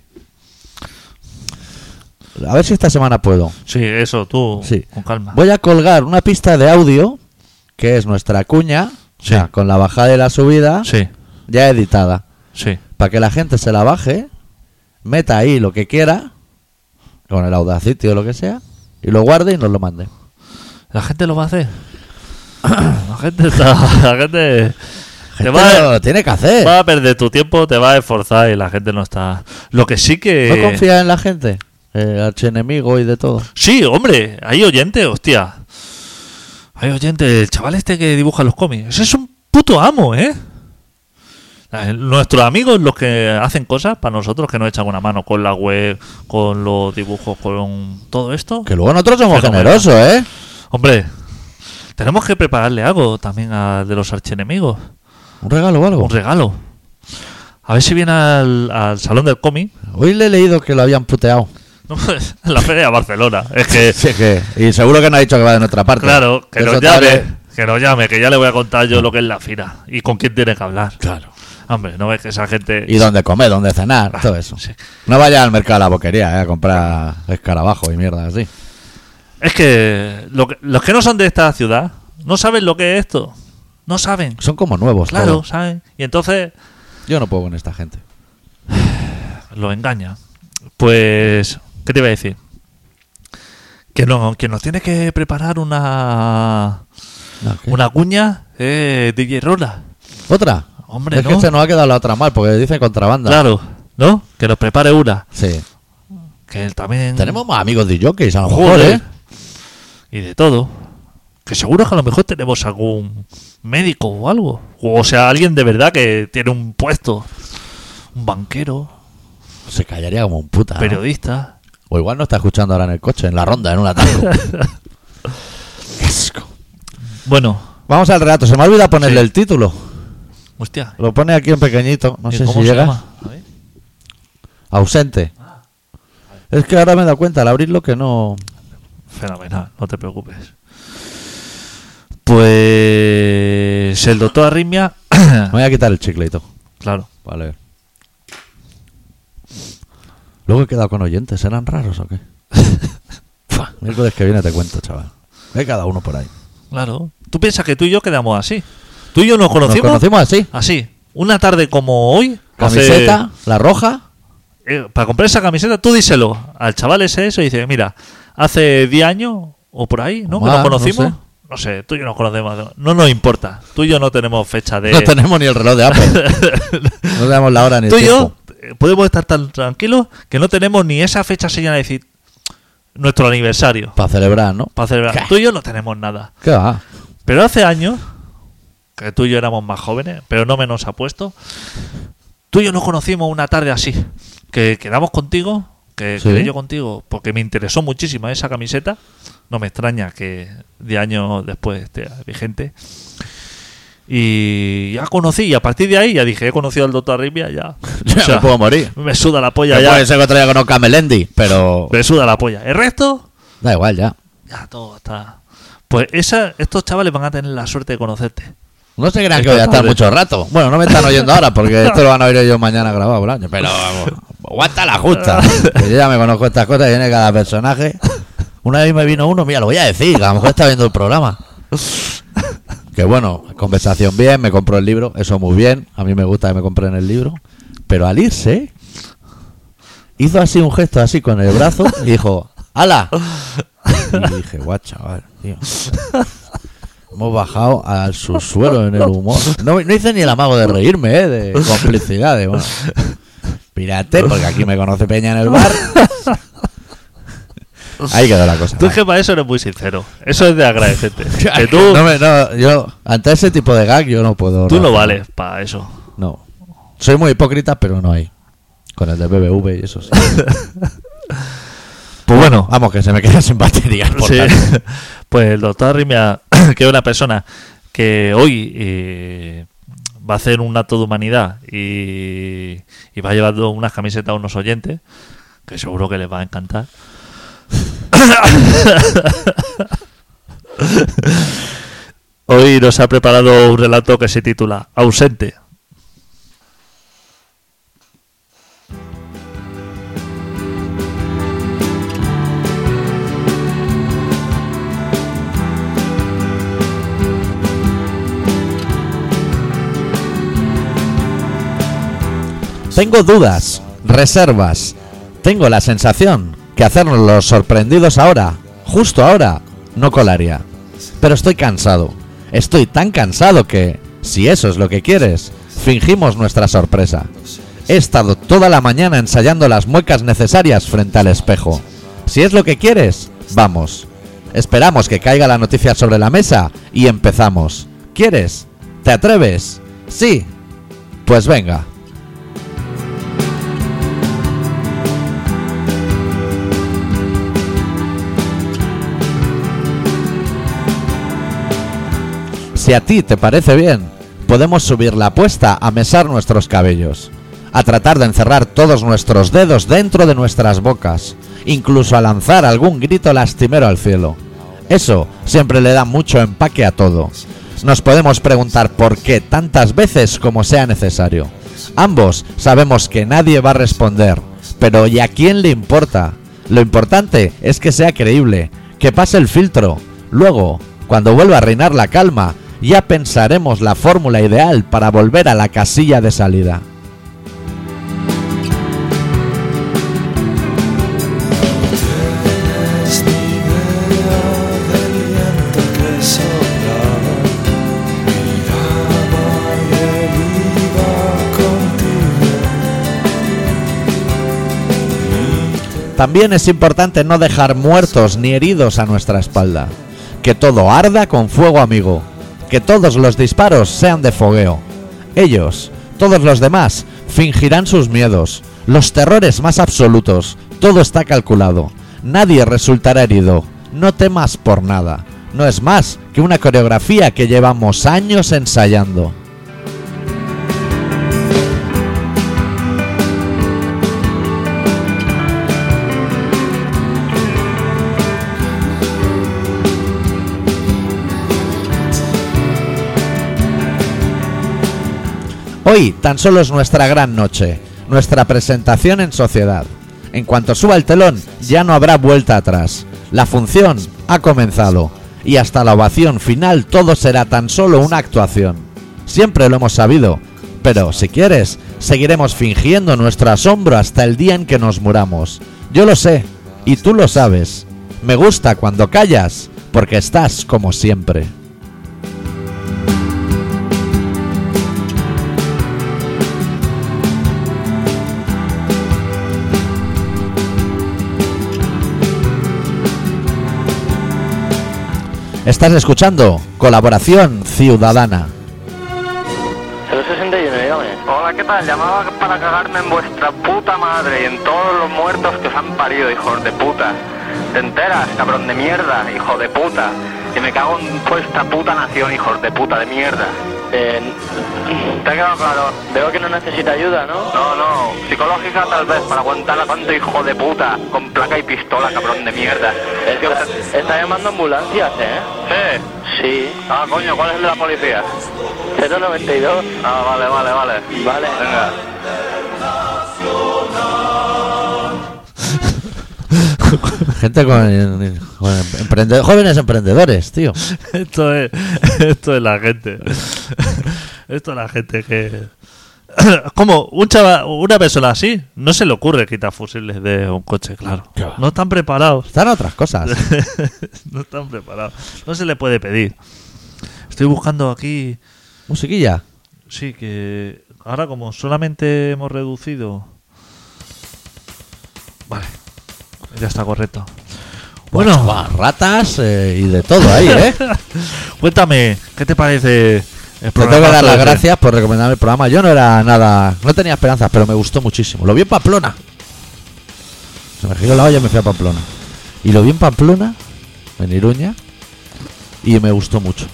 A ver si esta semana puedo.
sí, eso, tú,
Sí.
con calma.
Voy a colgar una pista de audio, que es nuestra cuña, o
Sí.
sea, con la bajada y la subida,
Sí,
ya editada.
sí.
Para que la gente se la baje, meta ahí lo que quiera, con el Audacity o lo que sea, y lo guarde y nos lo mande.
La gente lo va a hacer. La gente está. La gente. Te
Gente
va, a-
lo tiene que hacer.
va a perder tu tiempo, te va a esforzar y la gente no está. Lo que sí que.
No confía en la gente, el archienemigo y de todo.
Sí, hombre, hay oyente, hostia. Hay oyente, el chaval este que dibuja los cómics. Ese es un puto amo, ¿eh? La- Nuestros amigos, los que hacen cosas para nosotros, que nos echan una mano con la web, con los dibujos, con todo esto.
Que luego nosotros somos
Fenomenal.
generosos, ¿eh?
Hombre, tenemos que prepararle algo también a de los archienemigos.
Un regalo o algo.
Un regalo. A ver si viene al, al Salón del Cómic.
Hoy le he leído que lo habían puteado.
No, en la Feria de Barcelona. Es que,
Sí, que- y seguro que no ha dicho que va de nuestra parte.
claro, que
Eso
nos
tal
llame.
vez-
Que nos llame, que ya le voy a contar yo lo que es la fira y con quién tiene que hablar. Claro. Hombre, no ves que esa gente.
Y dónde comer, dónde cenar, todo eso.
Ah, Sí.
No vaya al mercado de la boquería ¿eh? a comprar escarabajo y mierda así.
Es que, lo que- los que no son de esta ciudad no saben lo que es esto. No saben.
Son como nuevos,
Claro,
todos.
saben. Y entonces
Yo no puedo con esta gente.
lo engaña. Pues, ¿qué te iba a decir? Que, no, que nos tiene que preparar una,
No, ¿qué?
una cuña eh, DJ Rola.
¿Otra?
Hombre,
es
¿no?
que se nos ha quedado la otra mal porque dice contrabanda.
Claro, ¿no? Que nos prepare una.
Sí.
Que él también.
Tenemos más amigos de jockeys a lo mejor,
Mm. Joder.
¿eh?
Y de todo. Que seguro que a lo mejor tenemos algún médico o algo. O sea, alguien de verdad que tiene un puesto. Un banquero,
Se callaría como un puta. ¿no?
periodista.
O igual no está escuchando ahora en el coche, en la ronda, en un atasco. Qué asco.
Bueno,
Vamos al relato. Se me ha olvidado ponerle
Sí.
el título.
hostia.
Lo pone aquí en pequeñito. No
¿y
sé si
¿Cómo se
llega.
llama? Ah. A ver.
Ausente. Es que ahora me he dado cuenta al abrirlo que no.
Fenomenal, no te preocupes. Pues el doctor Arritmia,
Me voy a quitar el chiclito.
claro,
Vale. Luego he quedado con oyentes. ¿Serán raros o qué? Fua, Miércoles que viene te cuento, chaval. Hay cada uno por ahí.
claro. ¿Tú piensas que tú y yo quedamos así? ¿Tú y yo nos conocimos?
Nos conocimos así.
Así, una tarde como hoy. hace-
Camiseta, la roja.
eh, para comprar esa camiseta, tú díselo al chaval ese eso y dice, mira, hace 10 años o por ahí, ¿no?
O
Que
más,
nos conocimos.
no
No
sé.
sé. tú y yo nos conocemos. No nos importa. Tú y yo no tenemos fecha de...
No tenemos ni el reloj de Apple. No tenemos la hora ni el
tú y
tiempo.
yo eh, podemos estar tan tranquilos que no tenemos ni esa fecha señal de decir nuestro aniversario
Para celebrar, ¿no?
para celebrar.
¿Qué?
Tú y yo no tenemos nada.
¿Qué va?
Pero hace años, que tú y yo éramos más jóvenes, pero no menos apuesto, tú y yo nos conocimos una tarde así, que quedamos contigo, que
Sí.
quedé yo contigo, porque me interesó muchísimo esa camiseta. No me extraña que de años después esté vigente. Y ya conocí, y a partir de ahí ya dije, he conocido al doctor Arrimia, ya.
Ya
O sea,
me puedo morir.
me suda la polla
Ya,
ya.
Puede ser que otro día conozca a Melendi, pero.
Me suda la polla. El resto,
Da igual, ya.
ya todo está. Pues esa, estos chavales van a tener la suerte de conocerte.
No se crean que
Esta
voy a estar
tarde.
mucho rato. Bueno, no me están oyendo ahora porque esto lo van a oír ellos mañana grabado por año. Pero vamos, aguanta la justa. Que yo ya me conozco estas cosas y viene cada personaje. Una vez me vino uno, mira, lo voy a decir, que a lo mejor está viendo el programa. Que bueno, conversación bien, me compró el libro, eso muy bien. A mí me gusta que me compren el libro. Pero al irse, hizo así un gesto así con el brazo y dijo, ¡Hala! Y dije, guau, chaval, tío. Hemos bajado al subsuelo en el humor. No, no hice ni el amago de reírme, ¿eh? De complicidades. Bueno, pirate, porque aquí me conoce Peña en el bar. Ahí quedó la cosa.
Tú es
vale.
que para eso eres muy sincero. Eso es de agradecerte. que tú,
No, me- no, yo, ante ese tipo de gag, yo no puedo.
tú no
razonar.
vales para eso.
No. Soy muy hipócrita, pero no hay. Con el de BBV y eso sí.
Pues bueno, ah,
Vamos, que se me queda sin batería. por
sí.
tanto.
pues el doctor Arrimia, que es una persona que hoy eh, va a hacer un acto de humanidad y, y va llevando unas camisetas a unos oyentes, que seguro que les va a encantar. Hoy nos ha preparado un relato que se titula Ausente.
Tengo dudas, reservas. Tengo la sensación que hacernos los sorprendidos ahora, justo ahora, no colaría. Pero estoy cansado. Estoy tan cansado que, si eso es lo que quieres, fingimos nuestra sorpresa. He estado toda la mañana ensayando las muecas necesarias frente al espejo. Si es lo que quieres, vamos. Esperamos que caiga la noticia sobre la mesa y empezamos. ¿Quieres? ¿Te atreves? Sí. Pues venga. Si a ti te parece bien, podemos subir la apuesta a mesar nuestros cabellos, a tratar de encerrar todos nuestros dedos dentro de nuestras bocas, incluso a lanzar algún grito lastimero al cielo. Eso siempre le da mucho empaque a todo. Nos podemos preguntar por qué tantas veces como sea necesario. Ambos sabemos que nadie va a responder, pero ¿y a quién le importa? Lo importante es que sea creíble, que pase el filtro. Luego, cuando vuelva a reinar la calma, ya pensaremos la fórmula ideal para volver a la casilla de salida. También es importante no dejar muertos ni heridos a nuestra espalda. Que todo arda con fuego amigo. Que todos los disparos sean de fogueo. Ellos, todos los demás, fingirán sus miedos, los terrores más absolutos. Todo está calculado. Nadie resultará herido. No temas por nada. No es más que una coreografía que llevamos años ensayando. Hoy tan solo es nuestra gran noche, nuestra presentación en sociedad. En cuanto suba el telón, ya no habrá vuelta atrás. La función ha comenzado y hasta la ovación final todo será tan solo una actuación. Siempre lo hemos sabido, pero si quieres, seguiremos fingiendo nuestro asombro hasta el día en que nos muramos. Yo lo sé, y tú lo sabes. Me gusta cuando callas, porque estás como siempre. Estás escuchando Colaboración Ciudadana.
061, dígame.
Hola, ¿qué tal? Llamaba para cagarme en vuestra puta madre y en todos los muertos que os han parido, hijos de puta. ¿Te enteras, cabrón de mierda, hijo de puta? Y me cago en vuestra puta nación, hijos de puta de mierda.
Eh,
¿Te ha quedado claro?
veo que no necesita ayuda, ¿no?
No, no, psicológica tal vez, para aguantarla tanto hijo de puta, con placa y pistola, cabrón de mierda. Es que-
Está, está llamando ambulancias, ¿eh?
Sí.
Sí.
Ah, coño, ¿cuál es el de la policía?
092.
Ah, vale, vale, vale.
Vale.
Venga.
Gente con, con emprende- jóvenes emprendedores, tío.
Esto es, esto es la gente. Esto es la gente que. Como un chaval, una persona así, no se le ocurre quitar fusiles de un coche, claro. No están preparados.
Están otras cosas.
no están preparados. No se le puede pedir. Estoy buscando aquí.
Musiquilla.
Sí, que ahora como solamente hemos reducido. Vale. Ya está correcto. Bueno.
Bueno, Pues, ratas eh, y de todo ahí, ¿eh?
Cuéntame, ¿qué te parece el
Te tengo que
programazo
dar las
ese?
gracias por recomendarme el programa. Yo no era nada, no tenía esperanzas, pero me gustó muchísimo. Lo vi en Pamplona. Se me giró la olla y me fui a Pamplona. Y lo vi en Pamplona, en Iruña, y me gustó mucho.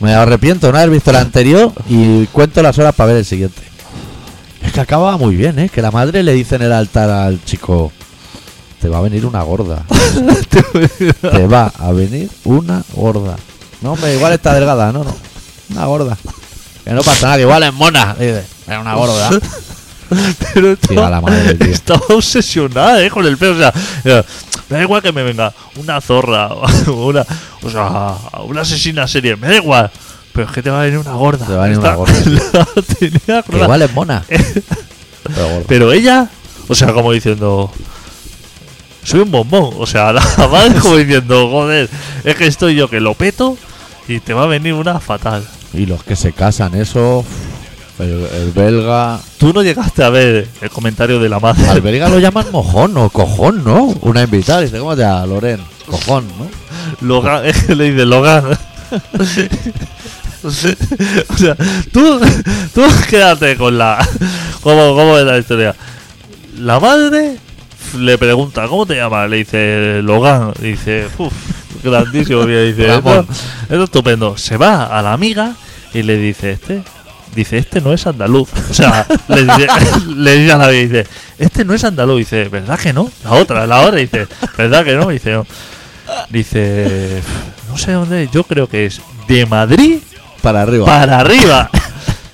Me arrepiento de no haber visto el anterior y cuento las horas para ver el siguiente. Es que acababa muy bien, ¿eh? Que la madre le dice en el altar al chico, te va a venir una gorda. te va a venir una gorda. No, hombre, igual está delgada, no, no. Una gorda. Que no pasa nada, que igual es mona. Dice, era una gorda.
Pero
Tío, a la madre, tío.
estaba obsesionada eh, con el pelo. O sea, era, me da igual que me venga una zorra o una, o sea, una asesina serie. Me da igual. Pero es que te va a venir una gorda.
Te va a venir una
Esta-
gorda,
la tenía
Que
clara.
igual es mona. Pero gorda.
Pero ella, o sea, como diciendo. Soy un bombón. O sea, la madre como diciendo, joder, es que estoy yo que lo peto y te va a venir una fatal.
Y los que se casan, eso. El, el belga.
Tú no llegaste a ver el comentario de la madre.
Al belga lo llaman mojón o cojón, ¿no? Una invitada. Dice, ¿cómo te llamas, Loren? Cojón, ¿no?
Logan, es que le dice Logan. o sea, tú, tú quédate con la. ¿Cómo, cómo es la historia? La madre le pregunta, ¿cómo te llamas? Le dice Logan. Y Dice, uff, grandísimo. mira, dice,
Ramón.
esto, esto es estupendo. Se va a la amiga y le dice, este. Dice, este no es andaluz. O sea, le dice, le dice a la amiga, dice, este no es andaluz. Dice, ¿verdad que no? La otra, la otra, dice, ¿verdad que no? Dice, no. Dice, no sé dónde, yo creo que es de Madrid
Para arriba.
para arriba.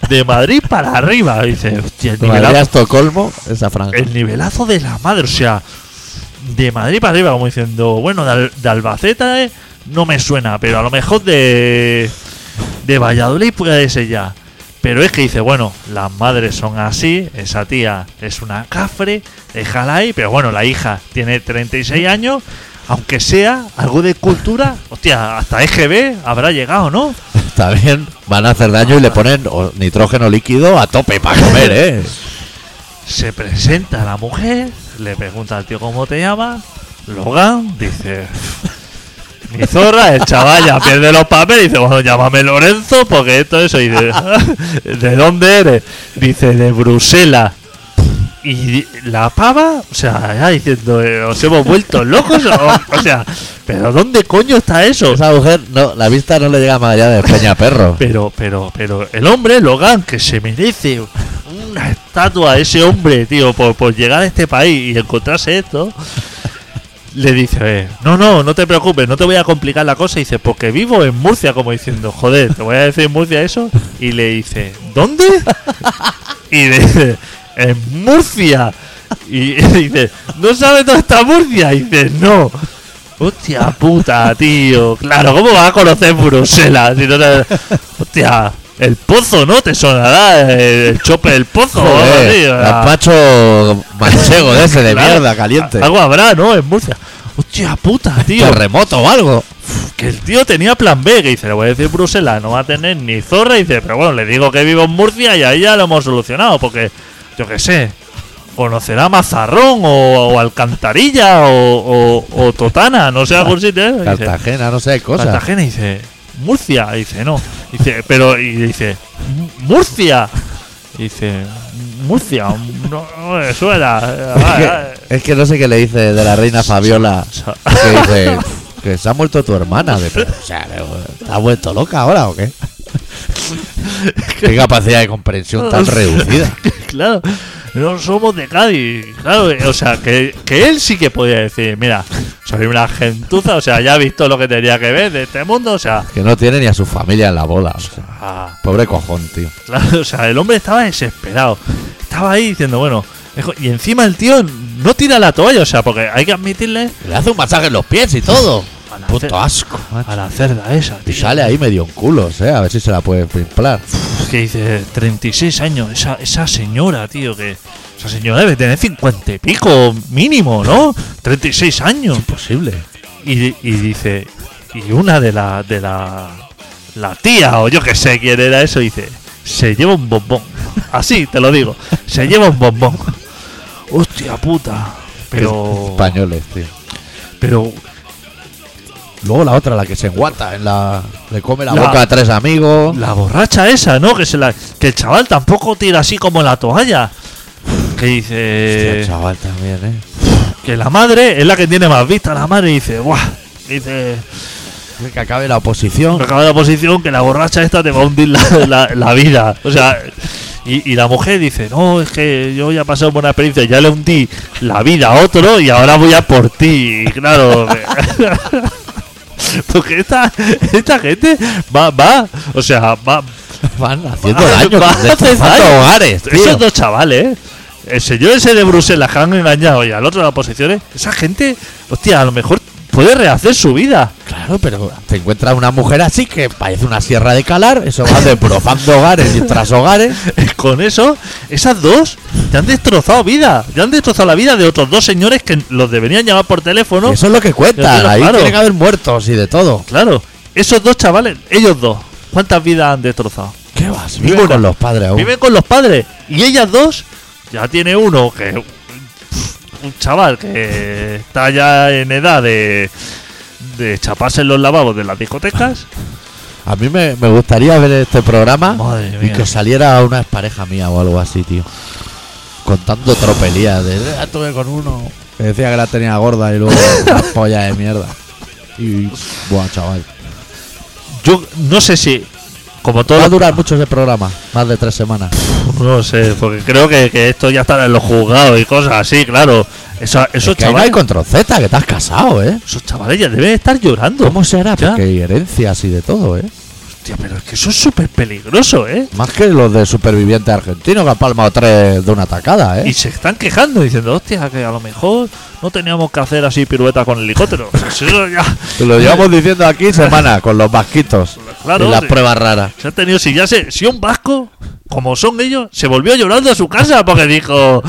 De Madrid para arriba. Dice, hostia, el
De Madrid a
nivelazo,
Estocolmo, esa franja.
el nivelazo de la madre. O sea, de Madrid para arriba, como diciendo, bueno, de, Al- de Albacete eh, no me suena, pero a lo mejor de, de Valladolid puede ser ya. Pero es que dice, bueno, las madres son así, esa tía es una cafre, déjala ahí, pero bueno, la hija tiene 36 años, aunque sea algo de cultura, hostia, hasta EGB habrá llegado, ¿no?
Está bien. Van a hacer daño y le ponen o- nitrógeno líquido a tope para comer, ¿eh?
Se presenta la mujer, Le pregunta al tío cómo te llamas. Logan dice. Mi zorra, el chaval ya pierde los papeles. Dice, bueno, llámame Lorenzo porque esto es eso. Y dice, ¿de dónde eres? Dice, de Bruselas. Y la pava, o sea, ya diciendo, eh, ¿os hemos vuelto locos? O, o sea, ¿pero dónde coño está eso?
Esa mujer, no, la vista no le llega más allá de Peña Perro.
Pero, pero, pero, el hombre Logan, que se merece una estatua a ese hombre, tío, por, por llegar a este país y encontrarse esto, le dice, eh, no, no, no te preocupes, no te voy a complicar la cosa. Y dice, porque vivo en Murcia, como diciendo, joder, te voy a decir en Murcia eso. Y le dice, ¿dónde? Y le dice, en Murcia. Y dice, ¿no sabes dónde está Murcia? Y dice, no. Hostia puta, tío. Claro, ¿cómo vas a conocer Bruselas? Si no te- Hostia, el pozo, ¿no? Te sonará el, el chope del pozo. o algo
Joder,
así, o sea,
el macho manchego de ese de
claro,
mierda caliente.
Algo habrá, ¿no? En Murcia. Hostia puta, tío.
Terremoto o algo.
Que el tío tenía plan B, que dice, le voy a decir Bruselas, no va a tener ni zorra. Y dice, pero bueno, le digo que vivo en Murcia y ahí ya lo hemos solucionado, porque yo qué sé, conocerá Mazarrón o, o Alcantarilla o, o- o Totana, no sé, algún sitio. ¿eh? Y dice,
Cartagena, no sé, cosas.
Cartagena y dice Murcia Y dice no dice pero y dice "M- Murcia Y dice Murcia no, no me suena Ah,
Es que, es que no sé qué le dice de la reina Fabiola.
Sa-
Que dice que se ha muerto tu hermana. De, pero, o sea, ¿te has vuelto loca ahora o qué? Qué capacidad de comprensión tan reducida.
ah, claro no somos de Cádiz claro eh, o sea que, que él sí que podía decir mira soy una gentuza o sea ya he visto lo que tenía que ver de este mundo o sea
Que no tiene ni a su familia en la bola. o sea.
ah,
pobre cojón, tío.
Claro, o sea, el hombre estaba desesperado. Estaba ahí diciendo, bueno. es co- Y encima el tío no tira la toalla, o sea, porque hay que admitirle
Le hace un masaje en los pies y todo.
la
Puto
ce-
asco. macho.
a la cerda esa,
Y
tío.
sale ahí medio en culos, eh. A ver si se la puede pimplar.
Que dice, 36 años, esa, esa señora, tío, que. Esa señora debe tener 50 y pico, mínimo, ¿no? 36 años.
Imposible.
Y, di- y dice, y una de la. de la. la tía, o yo que sé quién era eso, dice, se lleva un bombón. Así te lo digo, se lleva un bombón. Hostia puta. Pero.
Españoles, tío.
Pero.
Luego la otra, la que se enguata, en la, le come la,
La-
boca a tres amigos.
La borracha esa, ¿no? Que se la. Que el chaval tampoco tira así como la toalla. Que dice.
Hostia, chaval también, eh.
que la madre es la que tiene más vista. La madre dice, ¡buah! Dice,
Que acabe la oposición.
me acaba la posición que la borracha esta te va a hundir la, la- la vida. O sea, y, y la mujer dice, no, es que yo ya he pasado por una experiencia, ya le hundí la vida a otro y ahora voy a por ti. Y claro. me- Porque esta, esta gente va, va, o sea, va,
Van haciendo
Va-
daño,
va-
destrozando
daño.
hogares, tío.
Esos dos chavales, ¿eh? el señor ese de Bruselas que han engañado y al otro de las posiciones, esa gente, hostia, a lo mejor puede rehacer su vida.
Claro, pero te encuentras una mujer así que parece una sierra de calar, eso va destrozando hogares y tras hogares.
Con eso, esas dos te han destrozado vida, te han destrozado la vida de otros dos señores que los deberían llamar por teléfono.
Y Eso es lo que
Yo
cuentan,
digo,
ahí
claro.
tiene que haber muertos y de todo.
Claro, esos dos chavales, ellos dos, ¿cuántas vidas han destrozado?
¿Qué vas?
Viven
Viven con
con-
los padres aún.
Viven con los padres y ellas dos ya tiene uno que un chaval que está ya en edad de de chaparse en los lavabos de las discotecas.
A mí me, me gustaría ver este programa
Madre
y
mía.
que saliera una pareja mía o algo así, tío. Contando tropelías de "Ah, estuve con uno que decía que la tenía gorda y luego una polla de mierda. Y buah, chaval.
Yo no sé si como
Va a
todo
durar mucho ese programa, más de tres semanas.
Pues no sé, porque creo que, que esto ya está en los juzgados y cosas así, claro. Eso, esos
que ahí no hay
chavales,
control Z, que te has casado, ¿eh?
esos chavales ya deben estar llorando.
¿Cómo será?
Ya.
Porque hay herencias y de todo, ¿eh?
Hostia, pero es que eso es súper peligroso, ¿eh?
Más que los de supervivientes argentinos que han palmado tres de una atacada,
Y
¿eh?
se están quejando diciendo, hostia, que a lo mejor no teníamos que hacer así piruetas con el helicóptero. Eso ya-
Te lo llevamos diciendo aquí semana con los vasquitos
Claro,
y las
sí.
pruebas raras.
Se ha tenido, si ya sé, si un vasco, como son ellos, se volvió llorando a su casa porque dijo: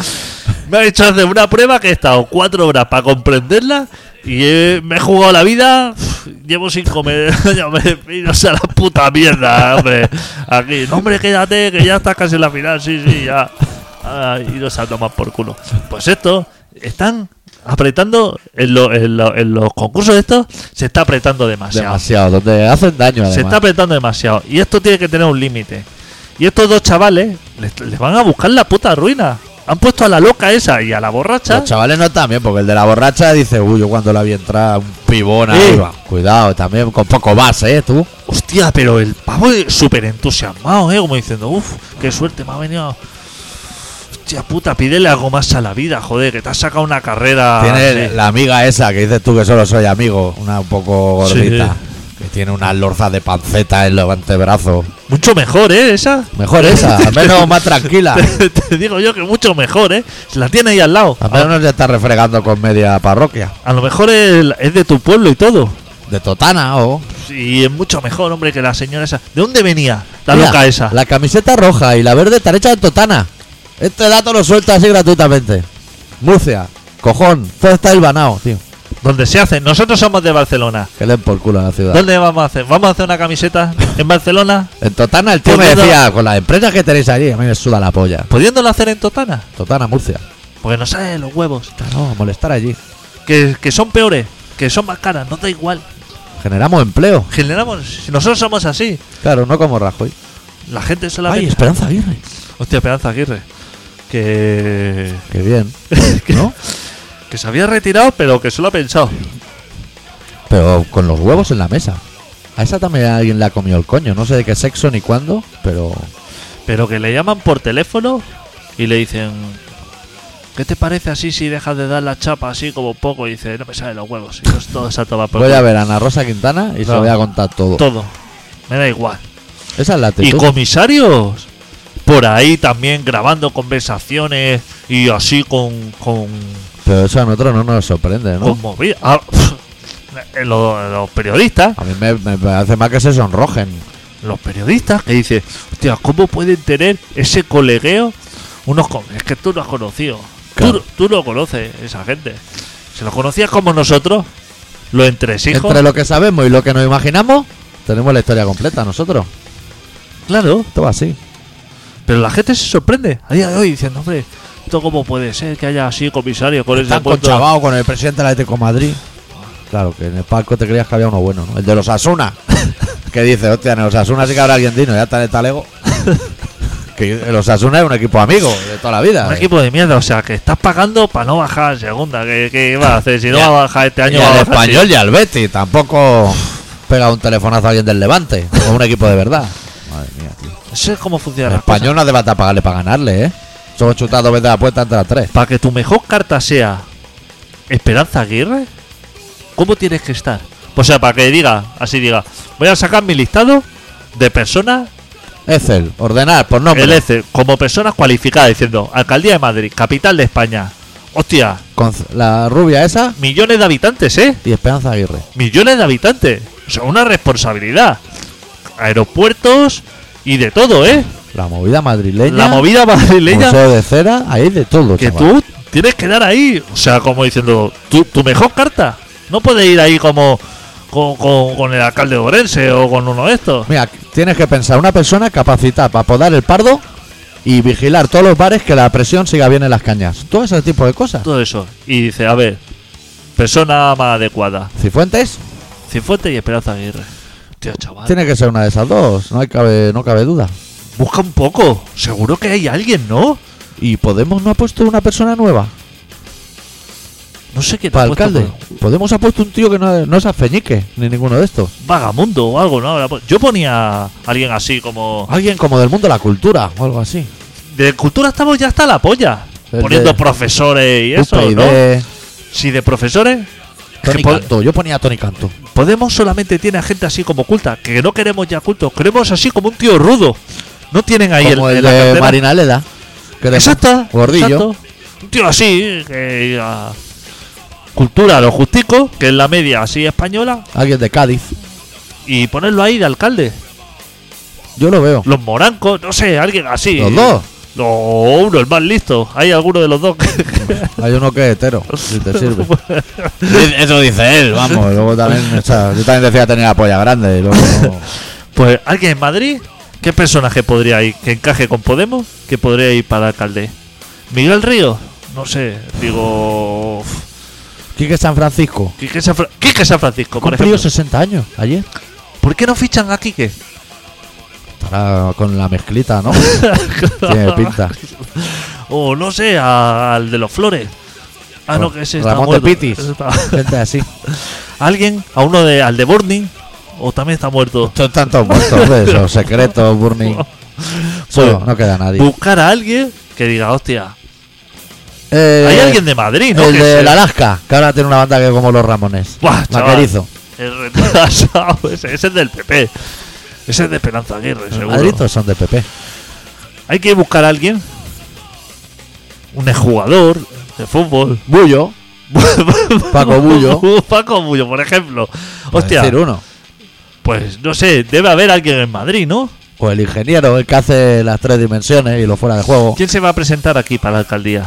Me ha hecho hacer una prueba que he estado cuatro horas para comprenderla y eh, me he jugado la vida. Llevo sin comer, ya me iros a la puta mierda, hombre. Aquí, no, hombre, quédate, que ya estás casi en la final, sí, sí, ya. Ah, iros a tomar por culo. Pues esto, están apretando en, lo- en lo- en los concursos estos, se está apretando demasiado.
Demasiado, donde hacen daño además.
Se está apretando demasiado. Y esto tiene que tener un límite. Y estos dos chavales les, les van a buscar la puta ruina. Han puesto a la loca esa y a la borracha.
Los chavales no también, porque el de la borracha dice, uy, yo cuando la vi entrar, un pibón
Sí.
arriba. Cuidado, también con poco base, ¿eh? Tú.
Hostia, pero el pavo es súper entusiasmado, ¿eh? Como diciendo, uff, qué suerte me ha venido. Hostia puta, pídele algo más a la vida, joder, que te has sacado una carrera.
tiene
Ah, sí.
la amiga esa que dices tú que solo soy amigo, una un poco
Sí.
gordita, que tiene unas lorzas de panceta en los antebrazos.
Mucho mejor, ¿eh? Esa.
Mejor esa, al menos más tranquila.
Te, te digo yo que mucho mejor, ¿eh? Se la tiene ahí al lado.
Al menos
A,
no se está refregando con media parroquia.
a lo mejor es, es de tu pueblo y todo.
De Totana o.
Y es mucho mejor, hombre, que la señora esa. ¿De dónde venía la
Mira,
loca esa?
La camiseta roja y la verde están hechas en Totana. Este dato lo suelta así gratuitamente. Murcia, cojón, todo está hilvanado, tío.
Donde se hace. Nosotros somos de Barcelona.
Que leen por culo a la ciudad.
¿Dónde vamos a hacer? ¿Vamos a hacer una camiseta en Barcelona?
En Totana el tío me
Poniendo-
decía, con las empresas que tenéis allí, a mí me suda la polla.
¿Pudiéndolo hacer en Totana?
Totana, Murcia.
Porque no sale los huevos.
No, a molestar allí.
Que, que son peores, que son más caras, no da igual.
Generamos empleo.
Generamos, si nosotros somos así,
Claro, no como Rajoy.
la gente se la
Ay,
ve.
Esperanza Aguirre.
Hostia, Esperanza Aguirre. Que.
Qué bien.
que,
¿No?
que se había retirado, pero que solo ha pensado.
Pero con los huevos en la mesa. A esa también alguien le ha comido el coño. No sé de qué sexo ni cuándo, pero.
Pero que le llaman por teléfono y le dicen. ¿Qué te parece así si dejas de dar la chapa así como poco? Y dice, no me salen los huevos. Y es todo se ha tomado por
Voy a
culo.
ver a Ana Rosa Quintana y se
Pues No.
lo voy a contar todo.
Todo. Me da igual.
Esa es la
Y
actitud.
comisarios por ahí también grabando conversaciones y así con, con,
Pero eso a nosotros no nos sorprende, ¿no?
con movida. Ah, eh, los, los periodistas,
A mí me, me parece más que se sonrojen.
los periodistas que dicen, hostia, ¿cómo pueden tener ese colegueo? Unos con- es que tú no has conocido.
Claro.
Tú, tú no conoces esa gente. Si los conocías como nosotros, los entresijos.
Entre lo que sabemos y lo que nos imaginamos, tenemos la historia completa nosotros.
Claro,
Todo así.
pero la gente se sorprende a día de hoy diciendo, hombre, ¿esto cómo puede ser que haya así comisario con ese
Están
puesto?"
conchavao con el presidente de la Atlético de Madrid. Claro, que en el palco te creías que había uno bueno, ¿no? El de los Asuna. que dice, hostia, en los Asuna sí que habrá alguien digno, ya está en el talego. que los Asuna es un equipo amigo de toda la vida. ¿eh?
Un equipo de mierda, o sea, que estás pagando para no bajar a segunda. ¿Qué, qué vas a hacer? Si no
Ya.
va a bajar este
Y
año, va a
al
bajar
español y al Betty, tampoco pega un telefonazo a alguien del Levante, o un equipo de verdad. Madre mía, tío.
este- Eso es como funciona.
El
las cosas.
español no hace falta pagarle para ganarle, ¿eh? Solo chutar dos veces la puerta entre las tres.
Para que tu mejor carta sea Esperanza Aguirre, ¿cómo tienes que estar? O sea, para que diga, así diga, voy a sacar mi listado de personas,
Excel, ordenar por nombre.
el ECE, como personas cualificadas, diciendo Alcaldía de Madrid, capital de España. Hostia,
Con la rubia esa
millones de habitantes, ¿eh?
y Esperanza Aguirre.
millones de habitantes. O sea, una responsabilidad. Aeropuertos y de todo, ¿eh?
La movida madrileña.
La movida madrileña
Museo de cera, ahí de todo.
que
chaval.
tú tienes que dar ahí. O sea, como diciendo, tu, tu mejor carta. No puedes ir ahí como con, con- con el alcalde de Orense o con uno de estos.
Mira, tienes que pensar una persona capacitada para podar el pardo y vigilar todos los bares que la presión siga bien en las cañas. Todo ese tipo de cosas.
Todo eso. Y dice, a ver, persona más adecuada.
Cifuentes
Cifuente y Esperanza Aguirre. Tío, chaval.
tiene que ser una de esas dos, no hay cabe, no cabe duda.
Busca un poco. Seguro que hay alguien, ¿no?
Y Podemos no ha puesto una persona nueva
No sé qué te
para
ha puesto,
alcalde.
pero-
Podemos ha puesto un tío que no, no es afeñique, ni ninguno de estos.
Vagamundo o algo, ¿no? Habrá pu- Yo ponía a alguien así como.
Alguien como del mundo de la cultura o algo así.
De cultura estamos ya hasta la polla.
El
Poniendo
de-
profesores y eso,
UPyD,
¿no? Si de profesores. es
Tony
que po-
Cantó. Yo ponía a Tony Canto.
Podemos solamente tiene a gente así como culta, que no queremos ya cultos, queremos así como un tío rudo. No tienen ahí
Como el,
el, en la
de
cartera-
Marina Leda. queremos.
Exacto.
Gordillo.
exacto. Un tío así, que diga, cultura a lo justico, que es la media así española,
Alguien de Cádiz.
y ponerlo ahí de alcalde.
Yo lo veo.
Los morancos, no sé, alguien así.
Los dos.
No, uno, el más listo. Hay alguno de los dos que-
Hay uno que es hetero, si te sirve. Eso dice él, vamos. Luego también, o sea, yo también decía tener la polla grande. Y luego,
Pues alguien en Madrid, ¿qué personaje podría ir que encaje con Podemos? Que podría ir para alcalde. Miguel Río, no sé, digo. uf,
Quique San Francisco.
Quique San, Fra- Quique San Francisco, por
Cumplió
ejemplo.
60 años ayer.
¿Por qué no fichan a Quique?
Estará con la mezclita, ¿no? Tiene pinta.
O no sé, a- al de los flores. Ah, no, que ese está
Ramón de
muerto.
Pitis.
Ese está-
Gente así.
Alguien, a uno de, al de Burning, o también está muerto.
Son tantos muertos, hombre, esos secretos, Burning. Solo, no queda nadie.
Buscar a alguien que diga, hostia,
Eh,
hay alguien de Madrid, ¿no?
El
Que
de
se-
Alaska, que ahora tiene una banda que es como los Ramones.
Buah, chaval.
Vaquerizo.
El retrasado, ese, ese es del PP. Ese es de Esperanza Aguirre, seguro.
Madrid todos son de PP.
Hay que buscar a alguien. Un exjugador de fútbol.
Bullo. Paco Bullo.
Paco Bullo, por ejemplo.
por
Hostia,
decir uno.
pues no sé, debe haber alguien en Madrid, ¿no?
O Pues el ingeniero, el que hace las tres dimensiones y lo fuera de juego.
¿Quién se va a presentar aquí para la alcaldía?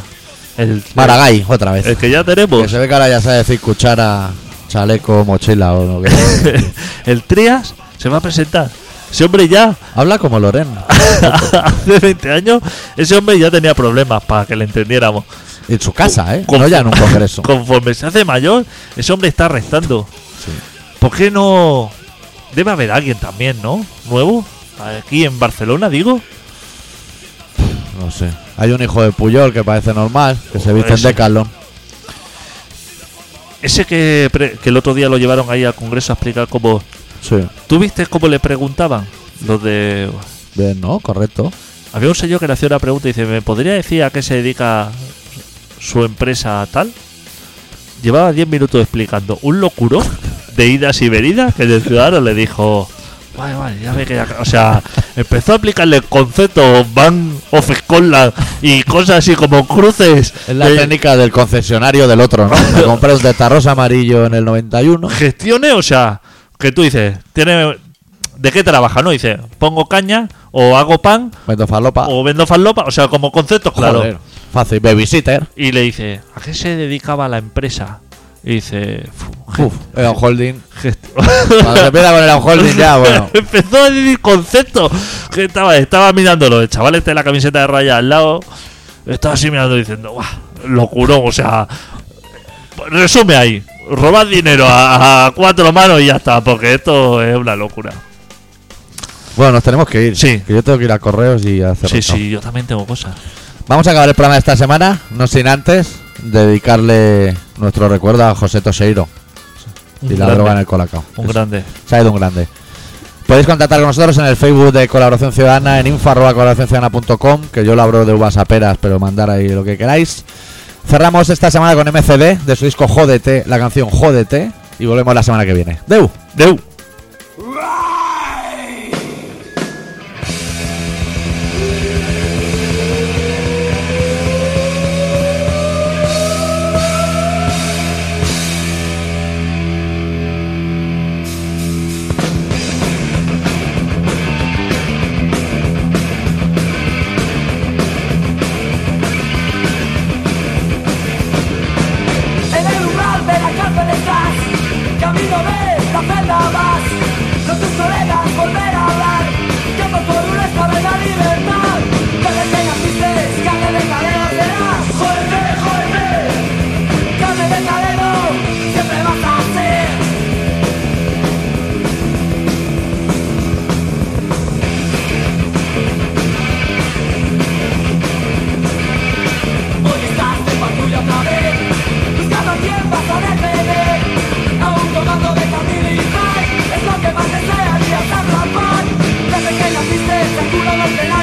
El,
Maragall, otra vez.
el que ya
Que
tenemos.
se ve que ahora ya sabe decir cuchara, chaleco, mochila o lo que sea.
el Trias se va a presentar. Ese hombre ya,
Habla como Lorena.
hace 20 años, ese hombre ya tenía problemas para que le entendiéramos.
En su casa, ¿eh?
Con-
No ya en un congreso.
Conforme se hace mayor, ese hombre está restando. ¿Por qué no? Debe haber alguien también, ¿no? Nuevo. Aquí en Barcelona, digo.
No sé. Hay un hijo de Puyol que parece normal, que se viste en
Ese.
Decathlon.
Ese que, pre- que el otro día lo llevaron ahí al Congreso a explicar cómo...
Sí.
¿Tú viste cómo le preguntaban? Los de...
Bien, ¿no? Correcto.
Había un señor que le hacía una pregunta y dice, ¿me podría decir a qué se dedica su empresa tal? Llevaba 10 minutos explicando un locuro de idas y venidas que el ciudadano le dijo, vale, vale, ya ve que ya... O sea, empezó a aplicarle el concepto Van of Scotland y cosas así como cruces.
Es la
de
técnica del concesionario del otro, ¿no? Me compré el de Tarros Amarillo en el 91.
Gestiones, o sea, que tú dices, tiene... ¿De qué trabaja? No, dice, pongo caña o hago pan
Vendo falopa.
o vendo falopa, o sea, como conceptos, Oh, claro.
Ah. Joder, Fácil. Babysitter.
Y le dice, ¿a qué se dedicaba la empresa? Y dice, "Fu- ge-
Uf, el holding.
gest-
Cuando se empieza con el holding ya, bueno.
Empezó a decir conceptos. Que estaba, estaba mirándolo, el chaval este de la camiseta de raya al lado. Estaba así mirando diciendo, ¡guau! Locurón, o sea. Resume ahí. Robad dinero a, a cuatro manos y ya está, porque esto es una locura.
Bueno, nos tenemos que ir.
Sí.
Que yo tengo que ir a correos y a hacer
Sí,
recado.
sí, yo también tengo cosas.
Vamos a acabar el programa de esta semana, no sin antes dedicarle nuestro recuerdo a José Toseiro y
Un
la
grande.
droga en el colacao.
Un
Es-
grande.
Se ha ido un grande. Podéis contactar con nosotros en el Facebook de Colaboración Ciudadana, en info.colaboracionciudadana.com, que yo lo abro de uvas a peras, pero mandar ahí lo que queráis. Cerramos esta semana con MCD, de su disco Jódete, la canción Jódete, y volvemos la semana que viene. Deu.
Deu.
En el umbral de la cárcel estás Camino de la celda vas No tus colegas volver a hablar Que por fortuna está en la libertad Cada que asistes, cada de calero serás Fuerte, fuerte Carne de calero, siempre vas a ser Hoy estás de patrulla otra vez Buscando a quién vas a detener A un comando de familia Es lo que más desea y hasta la paz Desde que naciste se cura los penales